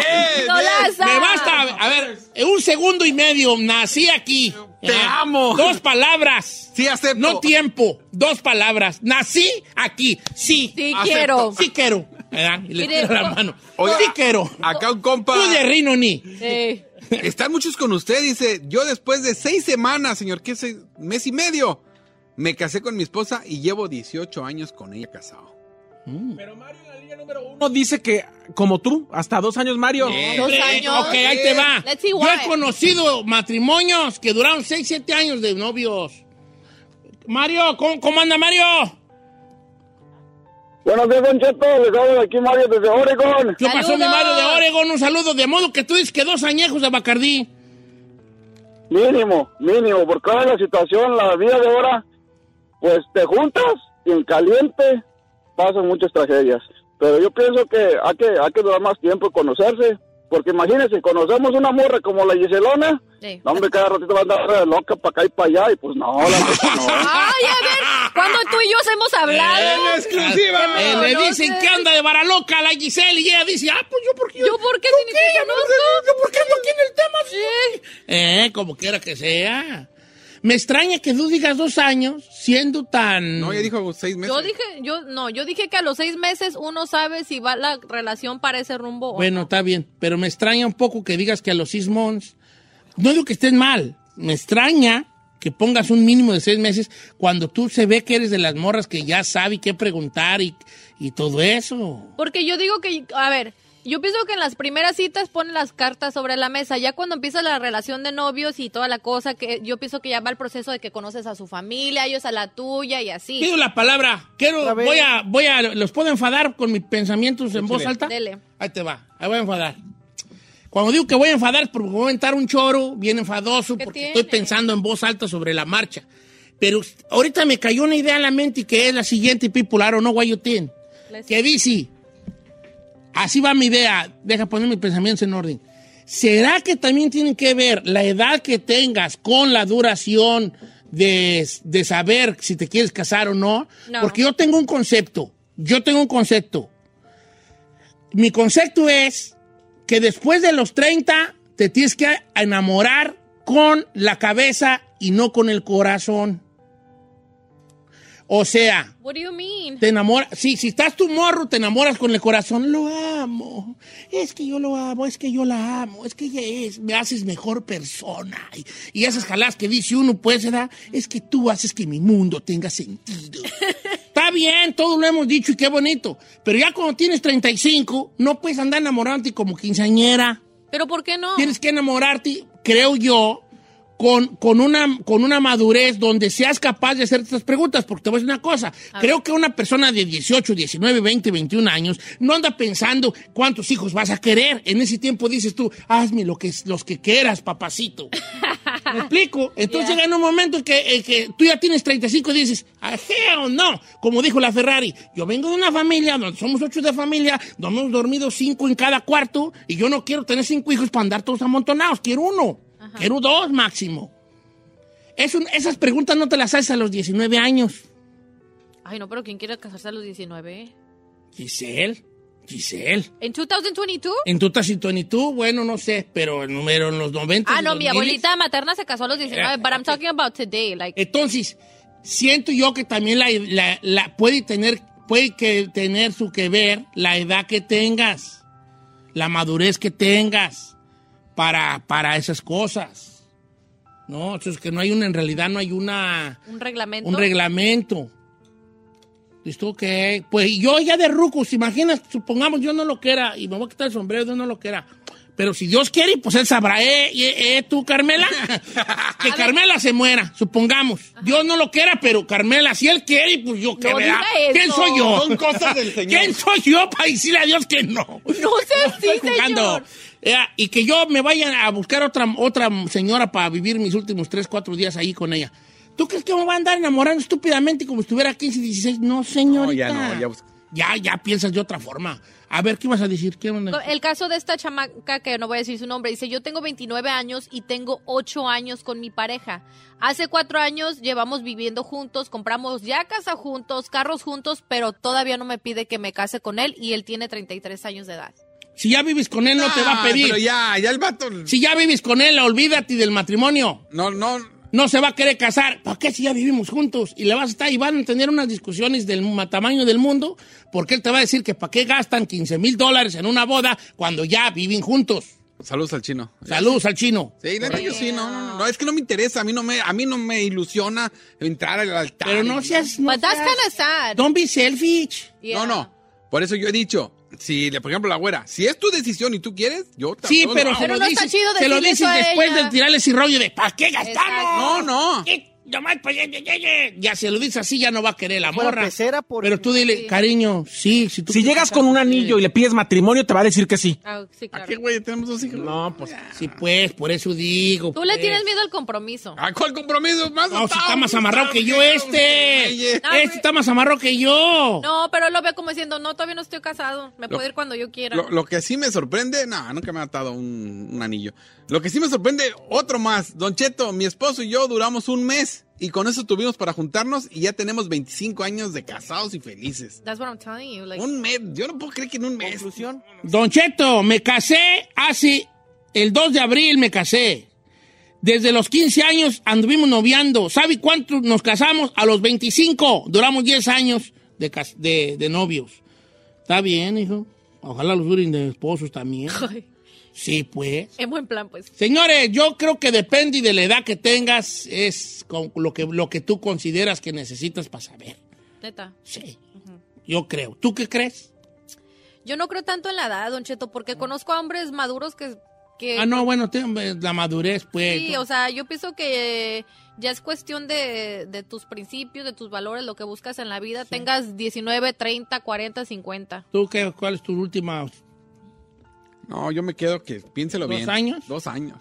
Speaker 3: ¡Golazo!
Speaker 1: Me basta, a ver, en un segundo y medio, nací aquí.
Speaker 5: Te amo.
Speaker 1: Dos palabras.
Speaker 5: Sí, acepto.
Speaker 1: No tiempo, dos palabras. Nací aquí. Sí.
Speaker 3: Sí, quiero.
Speaker 1: Sí quiero. ¿verdad? Y le
Speaker 3: Mire,
Speaker 1: tiro la
Speaker 3: co-
Speaker 1: mano.
Speaker 5: Oiga,
Speaker 1: sí quiero.
Speaker 5: Acá un compa.
Speaker 1: Tú de Rino ni.
Speaker 3: Sí.
Speaker 5: Están muchos con usted, dice. Yo después de seis semanas, señor, que es mes y medio, me casé con mi esposa y llevo 18 años con ella casado.
Speaker 4: Pero Mario en la liga número uno dice que, como tú, hasta dos años, Mario.
Speaker 3: Dos
Speaker 1: Eh,
Speaker 3: años.
Speaker 1: Ok, ahí te va.
Speaker 3: Let's see
Speaker 1: Yo
Speaker 3: why.
Speaker 1: he conocido matrimonios que duraron 6, 7 años de novios. Mario, ¿cómo, cómo anda Mario?
Speaker 9: Buenos días, Don Cheto. Les hablo de aquí Mario desde Oregon.
Speaker 1: ¿Qué pasó,
Speaker 3: Saludos.
Speaker 1: mi Mario de Oregon? Un saludo. De modo que tú dices que dos añejos de Bacardí.
Speaker 9: Mínimo, mínimo, porque ahora la situación, la vida de ahora, pues te juntas y en caliente pasan muchas tragedias. Pero yo pienso que hay que, hay que durar más tiempo y conocerse, porque imagínense, conocemos una morra como la Giselona,
Speaker 3: Sí.
Speaker 9: no hombre, cada ratito va a andar loca para acá y para allá, y pues no, la neta no.
Speaker 3: Ay, a ver, cuando tú y yo os hemos hablado?
Speaker 5: exclusiva!
Speaker 1: Eh,
Speaker 3: me
Speaker 1: le
Speaker 3: conoces.
Speaker 1: dicen que anda de varaloca la Giselle y ella dice, ah, pues yo por qué.
Speaker 3: ¿Yo por qué? Si ni te conozco.
Speaker 1: ¿Por qué no tiene el tema? Eh, como quiera que sea. Me extraña que tú digas dos años siendo tan...
Speaker 5: No, ya dijo seis meses.
Speaker 3: Yo dije, yo, no, yo dije que a los seis meses uno sabe si va la relación para ese rumbo o
Speaker 1: Bueno, está bien, pero me extraña un poco que digas que a los six months- No digo que estés mal, me extraña que pongas un mínimo de seis meses cuando tú se ve que eres de las morras que ya sabe qué preguntar y, y todo eso.
Speaker 3: Porque yo digo que, a ver, yo pienso que en las primeras citas ponen las cartas sobre la mesa. Ya cuando empieza la relación de novios y toda la cosa, que yo pienso que ya va el proceso de que conoces a su familia, ellos a la tuya y así.
Speaker 1: Pido la palabra. Quiero,
Speaker 2: A ver.
Speaker 1: voy a, voy a, los puedo enfadar con mis pensamientos en voz alta.
Speaker 3: Dele.
Speaker 1: Ahí te va, ahí voy a enfadar. Cuando digo que voy a enfadar, es porque voy a aventar un choro bien enfadoso,
Speaker 3: ¿Qué
Speaker 1: porque
Speaker 3: tiene?
Speaker 1: estoy pensando en voz alta sobre la marcha. Pero ahorita me cayó una idea en la mente y que es la siguiente, people, I don't know what you think.
Speaker 3: Let's-
Speaker 1: Que dice, así va mi idea, deja poner mis pensamientos en orden. ¿Será que también tienen que ver la edad que tengas con la duración de, de saber si te quieres casar o no?
Speaker 3: No.
Speaker 1: Porque yo tengo un concepto, yo tengo un concepto. Mi concepto es que después de los 30 te tienes que enamorar con la cabeza y no con el corazón. O sea,
Speaker 3: What do you mean?
Speaker 1: te enamoras. Sí, si estás tu morro, te enamoras con el corazón. Lo amo. Es que yo lo amo, es que yo la amo, es que ella es, me haces mejor persona. Y, y esas jaladas que dice uno, pues, ¿verdad? Es que tú haces que mi mundo tenga sentido. Está bien, todo lo hemos dicho y qué bonito. Pero ya cuando tienes 35, no puedes andar enamorándote como quinceañera.
Speaker 3: Pero ¿por qué no?
Speaker 1: Tienes que enamorarte, creo yo, con, con, una, con una madurez donde seas capaz de hacer estas preguntas, porque te voy a decir una cosa, creo que una persona de 18, 19, 20, 21 años no anda pensando cuántos hijos vas a querer. En ese tiempo dices tú, hazme lo que, los que quieras, papacito. ¿Me explico? Entonces
Speaker 3: Yeah.
Speaker 1: llega un momento en que, en que tú ya tienes 35 y dices, "Ah, hell no, como dijo la Ferrari, yo vengo de una familia donde somos ocho de familia, donde hemos dormido cinco en cada cuarto y yo no quiero tener cinco hijos para andar todos amontonados, quiero uno, quiero dos máximo. Es un- esas preguntas no te las haces a los 19 años.
Speaker 3: Ay, no, pero ¿quién quiere casarse a los 19?
Speaker 1: Giselle, Giselle.
Speaker 3: ¿En 2022?
Speaker 1: En tu tacito ni tú, bueno, no sé, pero el número en los 90.
Speaker 3: Ah,
Speaker 1: en
Speaker 3: no,
Speaker 1: los
Speaker 3: mi
Speaker 1: 2000s.
Speaker 3: abuelita materna se casó a los 19, but I'm talking about today, like...
Speaker 1: Entonces, siento yo que también la, la- la- puede tener, puede que tener su que ver la edad que tengas, la madurez que tengas para, para esas cosas. No, eso es que no hay una, en realidad no hay una,
Speaker 3: Un reglamento.
Speaker 1: un reglamento. Dices tú, ok, pues yo ya de rucos, imaginas, supongamos yo no lo quiera, y me voy a quitar el sombrero, yo no lo quiera. Pero si Dios quiere, pues él sabrá, eh, eh, eh, tú, Carmela, que Carmela se muera, supongamos. Dios no lo quiera, pero Carmela, si él quiere, pues yo qué
Speaker 3: No
Speaker 1: ¿verdad?
Speaker 3: diga
Speaker 1: ¿Quién
Speaker 3: eso.
Speaker 1: soy yo?
Speaker 5: Son cosas del Señor.
Speaker 1: ¿Quién soy yo para decirle a Dios que no?
Speaker 3: No sé, sí,
Speaker 1: Estoy jugando.
Speaker 3: señor.
Speaker 1: Eh, y que yo me vaya a buscar otra, otra señora para vivir mis últimos 3, 4 días ahí con ella. ¿Tú crees que me va a andar enamorando estúpidamente como si tuviera 15, 16? No, señorita.
Speaker 5: No, ya no, ya bus-
Speaker 1: Ya, ya piensas de otra forma. A ver, ¿qué ibas a decir? ¿Qué onda?
Speaker 3: El caso de esta chamaca, que no voy a decir su nombre, dice, yo tengo 29 años y tengo 8 años con mi pareja. Hace 4 años llevamos viviendo juntos, compramos ya casa juntos, carros juntos, pero todavía no me pide que me case con él y él tiene 33 años de edad.
Speaker 1: Si ya vives con él, no, te va a
Speaker 5: Ah,
Speaker 1: pedir.
Speaker 5: pero ya, ya el vato.
Speaker 1: Si ya vives con él, olvídate del matrimonio.
Speaker 5: No, no.
Speaker 1: No se va a querer casar. ¿Para qué si ya vivimos juntos? Y le vas a estar y van a tener unas discusiones del mu- tamaño del mundo, porque él te va a decir que para qué gastan 15 mil dólares en una boda cuando ya viven juntos.
Speaker 5: Saludos al chino.
Speaker 1: Saludos al chino.
Speaker 5: Sí, neta, yo sí, no, no, no, no, es que no me interesa, a mí no me, a mí no me ilusiona entrar al altar.
Speaker 1: Pero no seas. No,
Speaker 3: But Pues, that's
Speaker 1: seas-
Speaker 3: kind of sad.
Speaker 1: don't be selfish.
Speaker 3: Yeah.
Speaker 5: No, no, por eso yo he dicho, si, le- por ejemplo, la güera, si es tu decisión y tú quieres, yo también.
Speaker 1: Sí, pero, se
Speaker 3: Pero
Speaker 1: lo
Speaker 3: no está
Speaker 1: dices,
Speaker 3: chido
Speaker 1: se lo
Speaker 3: decirle
Speaker 1: dices
Speaker 3: eso a
Speaker 1: después
Speaker 3: ella.
Speaker 1: de tirarle ese rollo de ¿para qué
Speaker 3: Exacto.
Speaker 1: gastamos?
Speaker 5: No, no.
Speaker 1: ¿Qué? Nomás pa' ya, ya, ya, ya. Ya se lo dices así, ya no va a querer la
Speaker 2: Fuera
Speaker 8: pues,
Speaker 1: morra.
Speaker 8: eh,
Speaker 2: pecera por-
Speaker 1: Pero tú dile, cariño, sí, si tú
Speaker 4: Si llegas con un anillo y le pides matrimonio, te va a decir que sí.
Speaker 3: Ah, sí,
Speaker 5: ¿A
Speaker 3: claro.
Speaker 5: qué, güey? Tenemos dos hijos.
Speaker 4: No, pues.
Speaker 1: Sí, pues, por eso digo.
Speaker 3: Tú le
Speaker 1: pues.
Speaker 3: tienes miedo al compromiso.
Speaker 5: ¿A Ah, cuál compromiso? Más
Speaker 1: No, si
Speaker 5: atado,
Speaker 1: está más amarrado que yo
Speaker 5: güey,
Speaker 1: este.
Speaker 5: güey.
Speaker 3: No,
Speaker 1: Este está más amarrado que yo.
Speaker 3: eh. No, pero él lo ve como diciendo, no, todavía no estoy casado, me
Speaker 5: Lo-
Speaker 3: puedo ir cuando yo quiera.
Speaker 5: Lo, lo que sí me sorprende, no, nunca me ha atado un, un anillo. Lo que sí me sorprende, otro más. Don Cheto, mi esposo y yo duramos un mes y con eso tuvimos para juntarnos y ya tenemos 25 años de casados y felices.
Speaker 3: That's what I'm telling you. like-
Speaker 5: Un mes, yo no puedo creer que en un mes.
Speaker 2: Conclusión.
Speaker 1: Don Cheto, me casé hace el 2 de abril me casé. Desde los 15 años anduvimos noviando. ¿Sabe cuánto nos casamos? A los 25. Duramos 10 años de, cas- de- de novios. Está bien, hijo. Ojalá los duren de esposos también.
Speaker 3: Ay,
Speaker 1: Sí, pues.
Speaker 3: en buen plan, pues.
Speaker 1: Señores, yo creo que depende de la edad que tengas, es con lo que, lo que tú consideras que necesitas para saber.
Speaker 3: Neta.
Speaker 1: Sí. Yo creo. ¿Tú qué crees?
Speaker 3: Yo no creo tanto en la edad, Don Cheto, porque conozco a hombres maduros que... que
Speaker 1: Ah, no, bueno, te- la madurez, pues.
Speaker 3: Eh, pues Sí, o sea, yo pienso que ya es cuestión de, de tus principios, de tus valores, lo que buscas en la vida. Tengas 19, 30, 40, 50.
Speaker 1: ¿Tú qué, cuál es tu última?
Speaker 5: No, yo me quedo que piénselo
Speaker 1: ¿Dos
Speaker 5: bien.
Speaker 1: años?
Speaker 5: Dos años.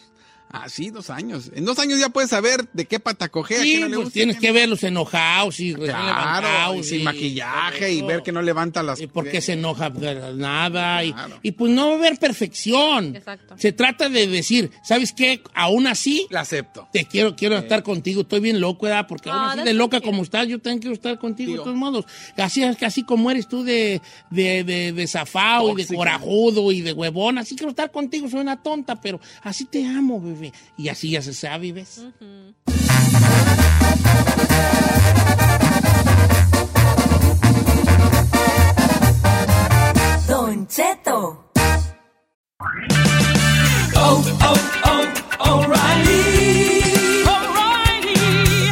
Speaker 5: Ah, sí, dos años. En dos años ya puedes saber de qué pata coger.
Speaker 1: Sí,
Speaker 5: qué no le
Speaker 1: pues
Speaker 5: gusta,
Speaker 1: tienes pues,
Speaker 5: qué
Speaker 1: que
Speaker 5: no.
Speaker 1: verlos enojados y recién
Speaker 5: Claro, y
Speaker 1: levantados.
Speaker 5: sin maquillaje y ver que no levanta las.
Speaker 1: Y por qué se enoja por nada. y-
Speaker 5: Claro.
Speaker 1: Y, pues no va a haber perfección.
Speaker 3: Exacto.
Speaker 1: Se trata de decir, ¿sabes qué? Aún así,
Speaker 5: La acepto.
Speaker 1: te quiero, quiero estar contigo. Estoy bien loco, ¿verdad? Porque
Speaker 3: Ah,
Speaker 1: aún así de
Speaker 3: that's
Speaker 1: loca
Speaker 3: okay.
Speaker 1: como estás, yo tengo que estar contigo
Speaker 5: Digo.
Speaker 1: de todos modos. Así, así como eres tú de, de, de, de zafao y de
Speaker 5: Tóxica.
Speaker 1: corajudo y de huevón, así quiero estar contigo. Soy una tonta, pero así te amo, bebé. Y así ya se sabe, ¿ves?
Speaker 6: Don Cheto.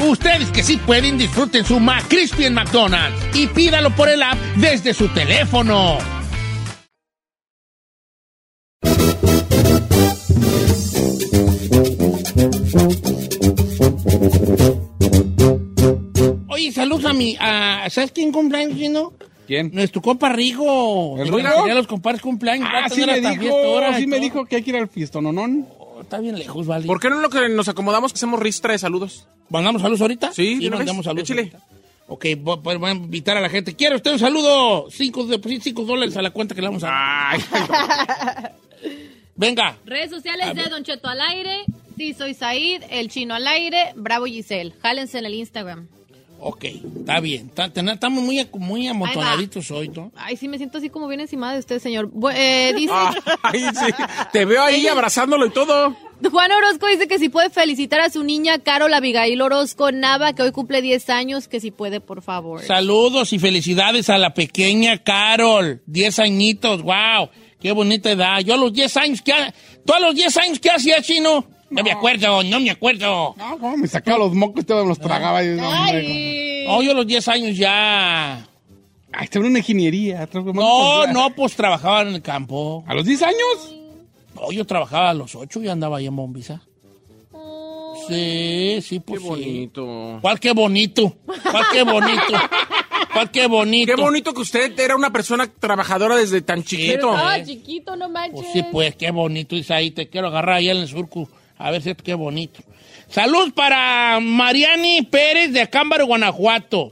Speaker 1: Ustedes que sí pueden, disfruten su McCrispy en McDonald's y pídalo por el app desde su teléfono. Oye, saludos a mi. A, ¿Sabes quién cumpleaños, Gino?
Speaker 5: ¿Quién?
Speaker 1: Nuestro compa Rigo.
Speaker 5: ¿El
Speaker 1: De
Speaker 5: Rigo?
Speaker 1: la mayoría de los compadres cumpleaños. Va a
Speaker 5: Ah, sí
Speaker 1: tener
Speaker 5: me
Speaker 1: hasta
Speaker 5: dijo,
Speaker 1: fiesta ahora y
Speaker 5: sí me
Speaker 1: todo.
Speaker 5: dijo que hay que ir al fiestononón.
Speaker 1: está bien lejos, vale.
Speaker 4: ¿Por qué no lo que nos acomodamos que hacemos ristra de saludos?
Speaker 1: ¿Mandamos saludos ahorita?
Speaker 4: Sí,
Speaker 1: Sí,
Speaker 4: de una
Speaker 1: mandamos
Speaker 4: vez.
Speaker 1: saludos.
Speaker 4: Échale.
Speaker 1: ahorita. Ok, voy, voy- voy a invitar a la gente. ¿Quiere usted un saludo? Cinco, de- pues cinco dólares a la cuenta que le vamos a... Venga.
Speaker 3: Redes sociales
Speaker 1: A
Speaker 3: de
Speaker 1: ver.
Speaker 3: Don Cheto al aire. Sí, soy Said, el chino al aire, Bravo Giselle. Jálense en el Instagram.
Speaker 1: Ok, está bien. Está- ten- Estamos muy, ac- muy amontonaditos hoy, ¿no?
Speaker 3: Ay, sí, me siento así como bien encima de usted, señor. Bu- eh, dice,
Speaker 1: Ah.
Speaker 4: Ay, sí. Te veo ahí abrazándolo y todo.
Speaker 3: Juan Orozco dice que si puede felicitar a su niña Carol Abigail Orozco Nava, que hoy cumple 10 años, que si puede, por favor.
Speaker 1: Saludos y felicidades a la pequeña Carol. Diez añitos, wow. Qué bonita edad. Yo a los 10 años que... ha- ¿Tú a los 10 años que hacía, chino? No me acuerdo, no me acuerdo.
Speaker 5: No, cómo Ah, me sacaba los mocos, te me los tragaba. Yo, no, hombre,
Speaker 1: No, yo a los 10 años ya...
Speaker 5: Ay, estaba en una ingeniería. tra-
Speaker 1: No, no, pues trabajaba en el campo.
Speaker 5: ¿A los 10 años?
Speaker 1: No, yo trabajaba a los 8 y andaba ahí en Bombiza. Sí, sí, pues
Speaker 4: Qué
Speaker 1: sí.
Speaker 4: bonito.
Speaker 1: ¿Cuál qué bonito? ¿Cuál qué bonito? ¿Cuál qué bonito?
Speaker 4: Qué bonito que usted era una persona trabajadora desde tan chiquito.
Speaker 3: Ah, chiquito, no manches.
Speaker 1: Pues sí, pues qué bonito, Isaí. Te quiero agarrar allá en el surco. A ver si qué bonito. Salud para Mariani Pérez de Acámbaro, Guanajuato.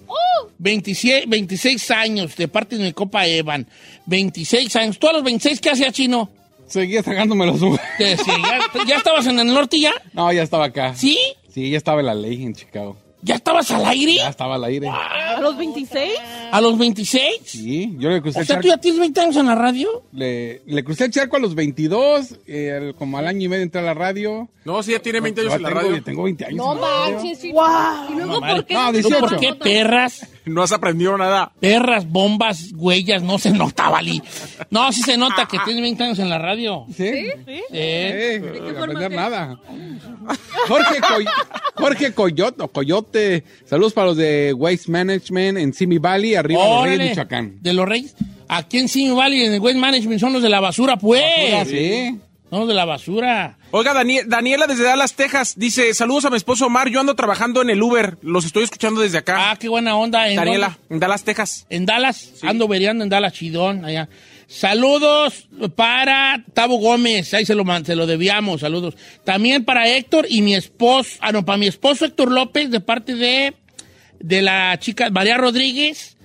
Speaker 1: 27 26 años, de parte de mi copa Evan. 26 años. ¿Tú a los 26 qué hacías, chino?
Speaker 5: Seguía sacándome los ojos.
Speaker 1: Te- sí, ya, ya estabas en el norte ya?
Speaker 5: No, ya estaba acá.
Speaker 1: ¿Sí?
Speaker 5: Sí, ya estaba en la ley en Chicago.
Speaker 1: ¿Ya estabas al aire?
Speaker 5: Ya estaba al aire.
Speaker 8: ¿A los 26?
Speaker 1: ¿A los 26?
Speaker 5: Sí, yo le crucé
Speaker 1: O
Speaker 5: el
Speaker 1: sea, ¿tú
Speaker 5: charco.
Speaker 1: ya tienes 20 años en la radio?
Speaker 5: Le, le crucé el charco a los 22, eh, al- como al año y medio entré a la radio.
Speaker 4: No, sí, ya tiene 20 años
Speaker 5: Yo
Speaker 4: en la
Speaker 5: tengo-
Speaker 4: radio.
Speaker 5: Tengo 20 años.
Speaker 3: No
Speaker 5: en la radio.
Speaker 3: manches, chico.
Speaker 8: Wow.
Speaker 3: Y luego,
Speaker 1: Madre.
Speaker 3: ¿por qué?
Speaker 5: No,
Speaker 3: se
Speaker 5: 18.
Speaker 3: tomaron
Speaker 1: ¿Por qué
Speaker 3: foto?
Speaker 1: perras?
Speaker 4: No has aprendido nada.
Speaker 1: Perras, bombas, huellas, no se nota, Valí. No, sí se nota que tienes 20 años en la radio.
Speaker 5: ¿Sí?
Speaker 8: ¿Sí?
Speaker 1: Sí.
Speaker 5: Eh, aprender
Speaker 8: qué?
Speaker 5: nada. Jorge, Coy- Jorge Coyote, Coyote, saludos para los de Waste Management en Simi Valley, arriba de los Reyes,
Speaker 1: Órale.
Speaker 5: Michoacán.
Speaker 1: De los Reyes. Aquí en Simi Valley, en el West Management, son los de la basura, pues.
Speaker 5: Ahora sí.
Speaker 1: Son los de la basura.
Speaker 4: Oiga, Danie- Daniela desde Dallas, Texas, dice, saludos a mi esposo Omar, yo ando trabajando en el Uber, los estoy escuchando desde acá.
Speaker 1: Ah, qué buena onda. ¿En
Speaker 4: Daniela,
Speaker 1: dónde?
Speaker 4: en Dallas, Texas.
Speaker 1: En Dallas. Ando vereando en Dallas, chidón, allá. Saludos para Tavo Gómez, ahí se lo, man- se lo debíamos, saludos. También para Héctor y mi esposo, ah, no, para mi esposo Héctor López, de parte de, de la chica María Rodríguez,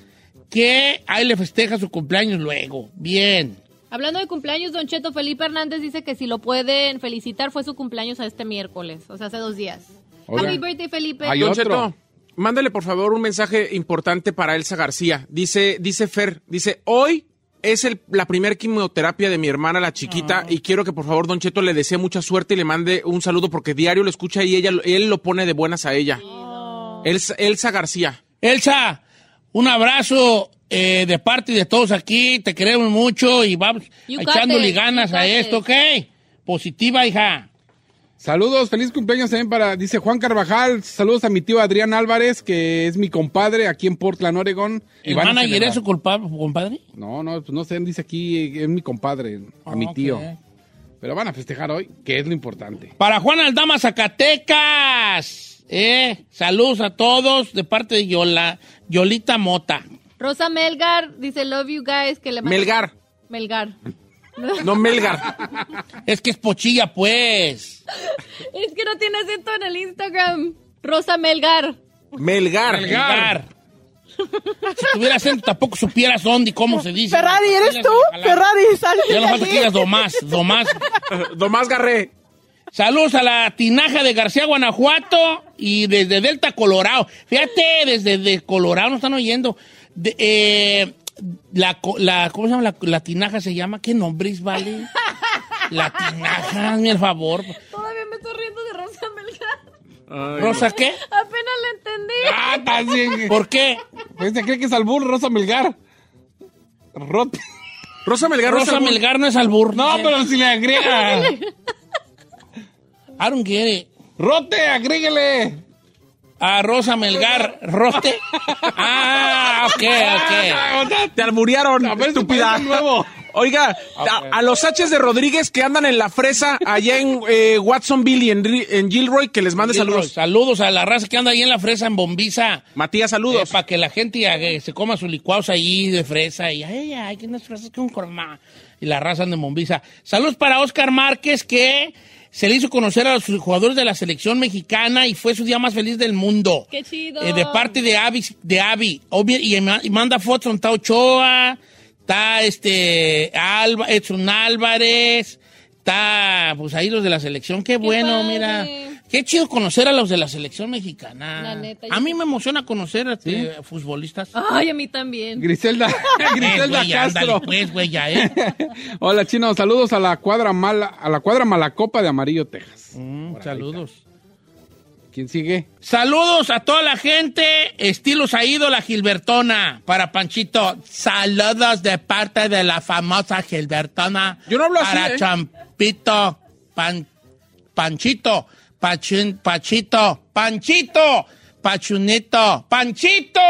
Speaker 1: que ahí le festeja su cumpleaños luego. Bien.
Speaker 3: Hablando de cumpleaños, Don Cheto Felipe Hernández dice que si lo pueden felicitar, fue su cumpleaños a este miércoles, o sea, hace dos días.
Speaker 5: Oigan.
Speaker 3: Happy birthday, Felipe.
Speaker 5: Ay,
Speaker 4: Don
Speaker 5: otro.
Speaker 4: Cheto, mándale por favor un mensaje importante para Elsa García. Dice, dice Fer, dice, hoy es el- la primer quimioterapia de mi hermana, la chiquita,
Speaker 1: Ah.
Speaker 4: y quiero que por favor Don Cheto le desee mucha suerte y le mande un saludo porque diario lo escucha y ella, él lo pone de buenas a ella.
Speaker 1: Oh.
Speaker 4: Elsa, Elsa García.
Speaker 1: Elsa, un abrazo eh, de parte de todos aquí. Te queremos mucho y vamos
Speaker 3: You got
Speaker 1: echándole
Speaker 3: it,
Speaker 1: ganas
Speaker 3: you
Speaker 1: a
Speaker 3: got it.
Speaker 1: esto, ¿ok? Positiva, hija.
Speaker 5: Saludos, feliz cumpleaños también para, dice Juan Carvajal, saludos a mi tío Adrián Álvarez, que es mi compadre aquí en Portland, Oregon. y
Speaker 1: ¿El
Speaker 5: van a
Speaker 1: manager
Speaker 5: celebrar.
Speaker 1: es su culpable, compadre?
Speaker 5: No, no, pues no sé, dice aquí, eh, es mi compadre, a mi
Speaker 1: Ah, ok.
Speaker 5: tío. Pero van a festejar hoy, que es lo importante.
Speaker 1: Para Juan Aldama, Zacatecas. Eh, saludos a todos de parte de Yola, Yolita Mota.
Speaker 3: Rosa Melgar dice, love you guys. Que le mande-
Speaker 4: Melgar,
Speaker 3: Melgar.
Speaker 4: no Melgar.
Speaker 1: Es que es pochilla, pues.
Speaker 3: Es que no tiene acento en el Instagram. Rosa Melgar.
Speaker 4: Melgar.
Speaker 1: Melgar. Si tuvieras acento, tampoco supieras dónde y cómo se dice.
Speaker 8: Ferrari, ¿eres tú?
Speaker 1: Ojalá.
Speaker 8: Ferrari, sal de
Speaker 1: Ya no falta que
Speaker 8: aquí.
Speaker 1: digas Domás, Domás.
Speaker 4: Domás Garré.
Speaker 1: Saludos a la tinaja de García, Guanajuato y desde Delta, Colorado. Fíjate, desde de Colorado nos están oyendo. De- eh, la, co- la- ¿Cómo se llama? La, la tinaja se llama. ¿Qué nombres vale? La tinaja, hazme el favor.
Speaker 3: Todavía me estoy riendo de Rosa Melgar.
Speaker 1: ¿Rosa qué?
Speaker 3: Apenas la entendí.
Speaker 5: Ah, también.
Speaker 1: ¿Por qué?
Speaker 5: Pues se cree que es albur, Rosa Melgar. Rot.
Speaker 4: Rosa Melgar, Rosa,
Speaker 1: Rosa
Speaker 4: Mel-
Speaker 1: Melgar no es albur.
Speaker 5: No, pero si le agrega.
Speaker 1: I don't get it.
Speaker 5: Rote, agréguele.
Speaker 1: A Rosa Melgar, Rote. Ah, ok, ok.
Speaker 4: Te alburearon,
Speaker 5: A ver si
Speaker 4: estúpida.
Speaker 5: parece nuevo.
Speaker 4: Oiga, a, a los H's de Rodríguez que andan en la fresa allá en eh, Watsonville y en, Ri- en Gilroy, que les mande
Speaker 1: Saludos.
Speaker 4: saludos.
Speaker 1: Saludos a la raza que anda ahí en la fresa en Bombiza.
Speaker 4: Matías, saludos.
Speaker 1: para que la gente haga- se coma sus licuados ahí de fresa y ay, ay, que unas fresas con corma. Y la raza de Mombiza. Saludos para Oscar Márquez, que se le hizo conocer a los jugadores de la selección mexicana y fue su día más feliz del mundo.
Speaker 3: Qué chido.
Speaker 1: Eh, de parte de Abby, de Abby. Obvio, y, ma- y manda fotos, está Ochoa, está este Alba, Edson Álvarez, está pues ahí los de la selección, qué, bueno,
Speaker 3: padre.
Speaker 1: mira. Qué chido conocer a los de la selección mexicana.
Speaker 3: La neta, yo-
Speaker 1: a mí me emociona conocer a eh, futbolistas.
Speaker 3: Ay, a mí también.
Speaker 10: Griselda,
Speaker 1: Eh,
Speaker 10: Ah, Griselda
Speaker 1: güey,
Speaker 10: Castro.
Speaker 1: ándale, pues, güey, ya, eh.
Speaker 10: Hola, Chino. Saludos a la cuadra mala, a la cuadra Malacopa de Amarillo, Texas.
Speaker 1: Mm, saludos.
Speaker 10: ¿Quién sigue?
Speaker 1: Saludos a toda la gente. Estilo Saído, la Gilbertona. Para Panchito, saludos de parte de la famosa Gilbertona. Yo no hablo
Speaker 10: así,
Speaker 1: Para
Speaker 10: ¿eh?
Speaker 1: Champito, Pan- Panchito, Pachun- Pachito, Panchito, Pachunito, Panchito,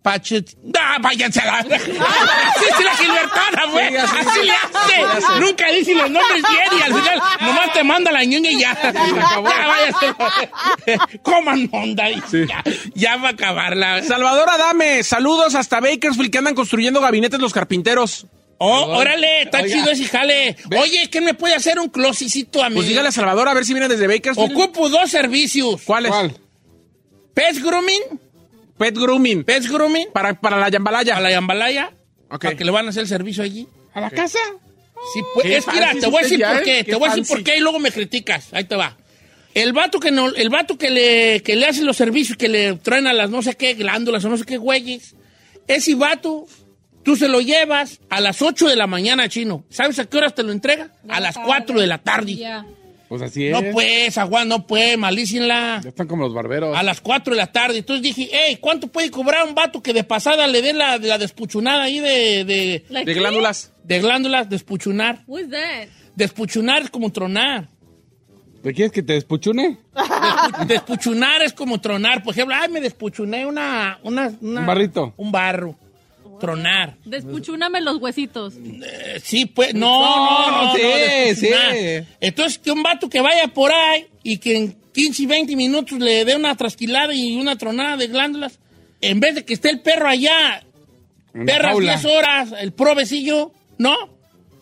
Speaker 1: Pachut... ¡Ah, váyanse a la... ¡Así es la Gilbertona, güey!
Speaker 6: Sí, así.
Speaker 1: ¡Así le hace!
Speaker 6: Así hace.
Speaker 1: Nunca dice los nombres bien y al final nomás te manda la ñuña y ya. Ya, váyanse a la- Coman onda. y Ya, ya va a acabar la.
Speaker 4: Salvador Adame, saludos hasta Bakersfield que andan construyendo gabinetes los carpinteros.
Speaker 1: Oh, órale, está
Speaker 4: Oiga.
Speaker 1: chido ese jale. Oye, ¿quién me puede hacer un closicito a mí?
Speaker 4: Pues dígale a Salvador a ver si viene desde Bakersfield.
Speaker 1: Ocupo dos servicios.
Speaker 4: ¿Cuáles?
Speaker 1: Pet grooming.
Speaker 4: Pet grooming.
Speaker 1: Pet grooming.
Speaker 4: Para, para la yambalaya.
Speaker 1: Para la yambalaya. Para que le van a hacer el servicio allí. ¿A la casa? Sí, pues,
Speaker 4: Qué
Speaker 1: es que mira,
Speaker 4: fancy
Speaker 1: te voy a decir
Speaker 4: usted ya,
Speaker 1: por
Speaker 4: ¿eh?
Speaker 1: qué,
Speaker 4: Qué
Speaker 1: te voy a decir
Speaker 4: fancy.
Speaker 1: por qué y luego me criticas. Ahí te va. El vato que no, el vato que le, que le hace los servicios, que le traen a las no sé qué glándulas o no sé qué güeyes, ese vato, tú se lo llevas a las 8 de la mañana, chino. ¿Sabes a qué horas te lo entrega? a las 4 de la tarde.
Speaker 10: Pues así es.
Speaker 1: No pues, Aguán, no pues, malícenla.
Speaker 10: Ya están como los barberos.
Speaker 1: A las 4 de la tarde. Entonces dije, hey, ¿cuánto puede cobrar un vato que de pasada le den la, la despuchunada ahí de... De,
Speaker 3: ¿La De qué? glándulas.
Speaker 1: De glándulas, despuchunar.
Speaker 3: What's that?
Speaker 1: Despuchunar es como tronar.
Speaker 10: ¿Te quieres que te despuchune?
Speaker 1: Despu- despuchunar es como tronar. Por ejemplo, ay, me despuchuné una... una, una-
Speaker 10: Un barrito.
Speaker 1: Un barro. Tronar.
Speaker 3: Despuchúname los huesitos.
Speaker 1: Eh, sí, pues, no, no, no,
Speaker 10: sí,
Speaker 1: no, despuchunar.
Speaker 10: sí.
Speaker 1: Entonces, que un vato que vaya por ahí y que en 15 y 20 minutos le dé una trasquilada y una tronada de glándulas, en vez de que esté el perro allá
Speaker 10: En la
Speaker 1: Perras
Speaker 10: jaula.
Speaker 1: 10 horas, el provecillo, ¿no?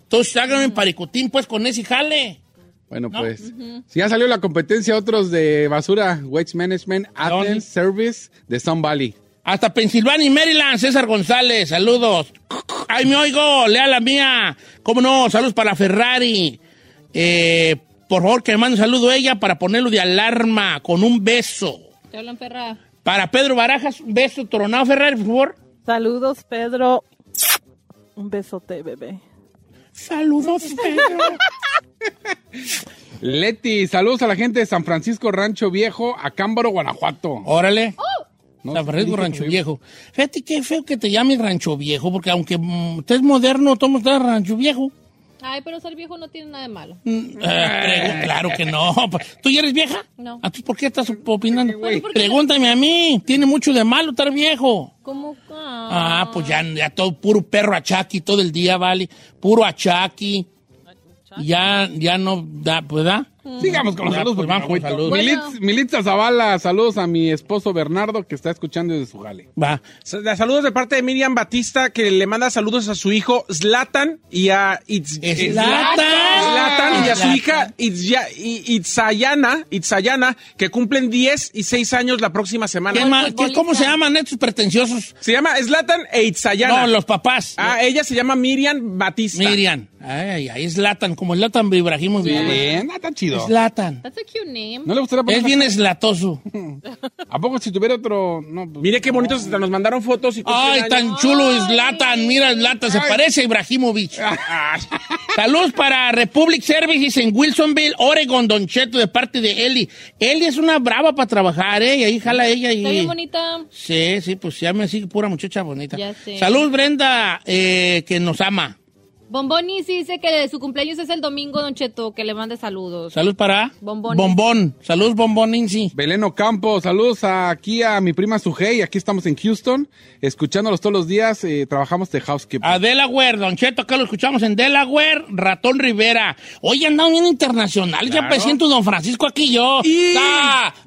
Speaker 1: Entonces háganme paricutín, pues, con ese jale.
Speaker 10: Bueno, pues.
Speaker 1: Ujú.
Speaker 10: Si ya salió la competencia, otros de basura. Waste Management, Athens Service de Sun Valley.
Speaker 1: Hasta Pensilvania y Maryland, César González, saludos. Ay, me oigo, lea la mía. ¿Cómo no? Saludos para Ferrari. Eh, por favor, que me mande un saludo a ella para ponerlo de alarma con un beso.
Speaker 3: Te hablan, perra.
Speaker 1: Para Pedro Barajas, un beso tronado, Ferrari, por favor.
Speaker 8: Saludos, Pedro. Un besote, bebé.
Speaker 1: Saludos, Pedro.
Speaker 10: Leti, saludos a la gente de San Francisco Rancho Viejo, a Cámbaro, Guanajuato.
Speaker 1: Órale.
Speaker 10: No,
Speaker 1: San Francisco
Speaker 10: dije
Speaker 1: Rancho
Speaker 10: que-
Speaker 1: Viejo. Fíjate qué feo que te llames Rancho Viejo, porque aunque mm, estés moderno, todos estás Rancho Viejo.
Speaker 3: Ay, pero ser viejo no tiene nada de malo.
Speaker 1: Mm, eh, pregu- claro que no. ¿Tú ya eres vieja?
Speaker 3: No.
Speaker 1: ¿A por qué estás opinando?
Speaker 3: Pues, ¿por qué?
Speaker 1: Pregúntame a mí. Tiene mucho de malo estar viejo.
Speaker 3: ¿Cómo?
Speaker 1: Ah, pues ya, ya todo puro perro achaqui todo el día, vale. Puro achaqui. Ya, ya no da, pues da.
Speaker 10: Sigamos con los
Speaker 1: Ya,
Speaker 10: saludos,
Speaker 1: pues,
Speaker 10: porque
Speaker 1: vamos,
Speaker 10: me agüito.
Speaker 1: saludos.
Speaker 10: Militz- Militza Zavala, saludos a mi esposo Bernardo, que está escuchando desde su jale.
Speaker 1: Va.
Speaker 4: Sa- Saludos de parte de Miriam Batista, que le manda saludos a su hijo Zlatan y a Itz- eh,
Speaker 1: Zlatan.
Speaker 4: Zlatan y a su
Speaker 1: Zlatan.
Speaker 4: hija Itzya- I- Itzayana, Itzayana, que cumplen 10 y 6 años la próxima semana.
Speaker 1: ¿Qué ma- qué- ¿Cómo se llaman estos pretenciosos?
Speaker 4: Se llama Zlatan e Itzayana.
Speaker 1: No, los papás.
Speaker 4: Ah, ella se llama Miriam Batista.
Speaker 1: Miriam. Ay, ay, ay, Zlatan, como Zlatan Ibrahimovic.
Speaker 10: Sí, bien, ah, está chido.
Speaker 1: Zlatan.
Speaker 3: That's a cute name.
Speaker 10: ¿No le gustaría poner
Speaker 1: Es
Speaker 10: una-
Speaker 1: bien eslatoso.
Speaker 10: ¿A poco si tuviera otro? No, pues-
Speaker 4: Mire qué bonitos nos mandaron fotos y
Speaker 1: Ay, tan chulo Zlatan. Mira, Zlatan, se parece a Ibrahimovic. Saludos para Republic Services en Wilsonville, Oregon, Don Cheto, de parte de Eli. Eli es una brava para trabajar, ¿eh? Y ahí jala ella
Speaker 3: Está bien
Speaker 1: y...
Speaker 3: bonita.
Speaker 1: Sí, sí, pues ya me sigue pura muchacha bonita.
Speaker 3: Ya sé.
Speaker 1: Saludos, Brenda, eh, que nos ama.
Speaker 3: Bomboni sí dice que su cumpleaños es el domingo, Don Cheto, que le mande saludos.
Speaker 1: Saludos para...
Speaker 3: Bombón.
Speaker 1: Bombón. Saludos, Bombón Insi.
Speaker 10: Belén Ocampo, saludos a- aquí a mi prima Sujei, aquí estamos en Houston, escuchándolos todos los días, eh, trabajamos de housekeeper.
Speaker 1: A Delaware, Don Cheto, acá lo escuchamos en Delaware, Ratón Rivera. Hoy andamos bien internacional, ya
Speaker 4: Claro.
Speaker 1: me siento Don Francisco aquí yo.
Speaker 4: Y-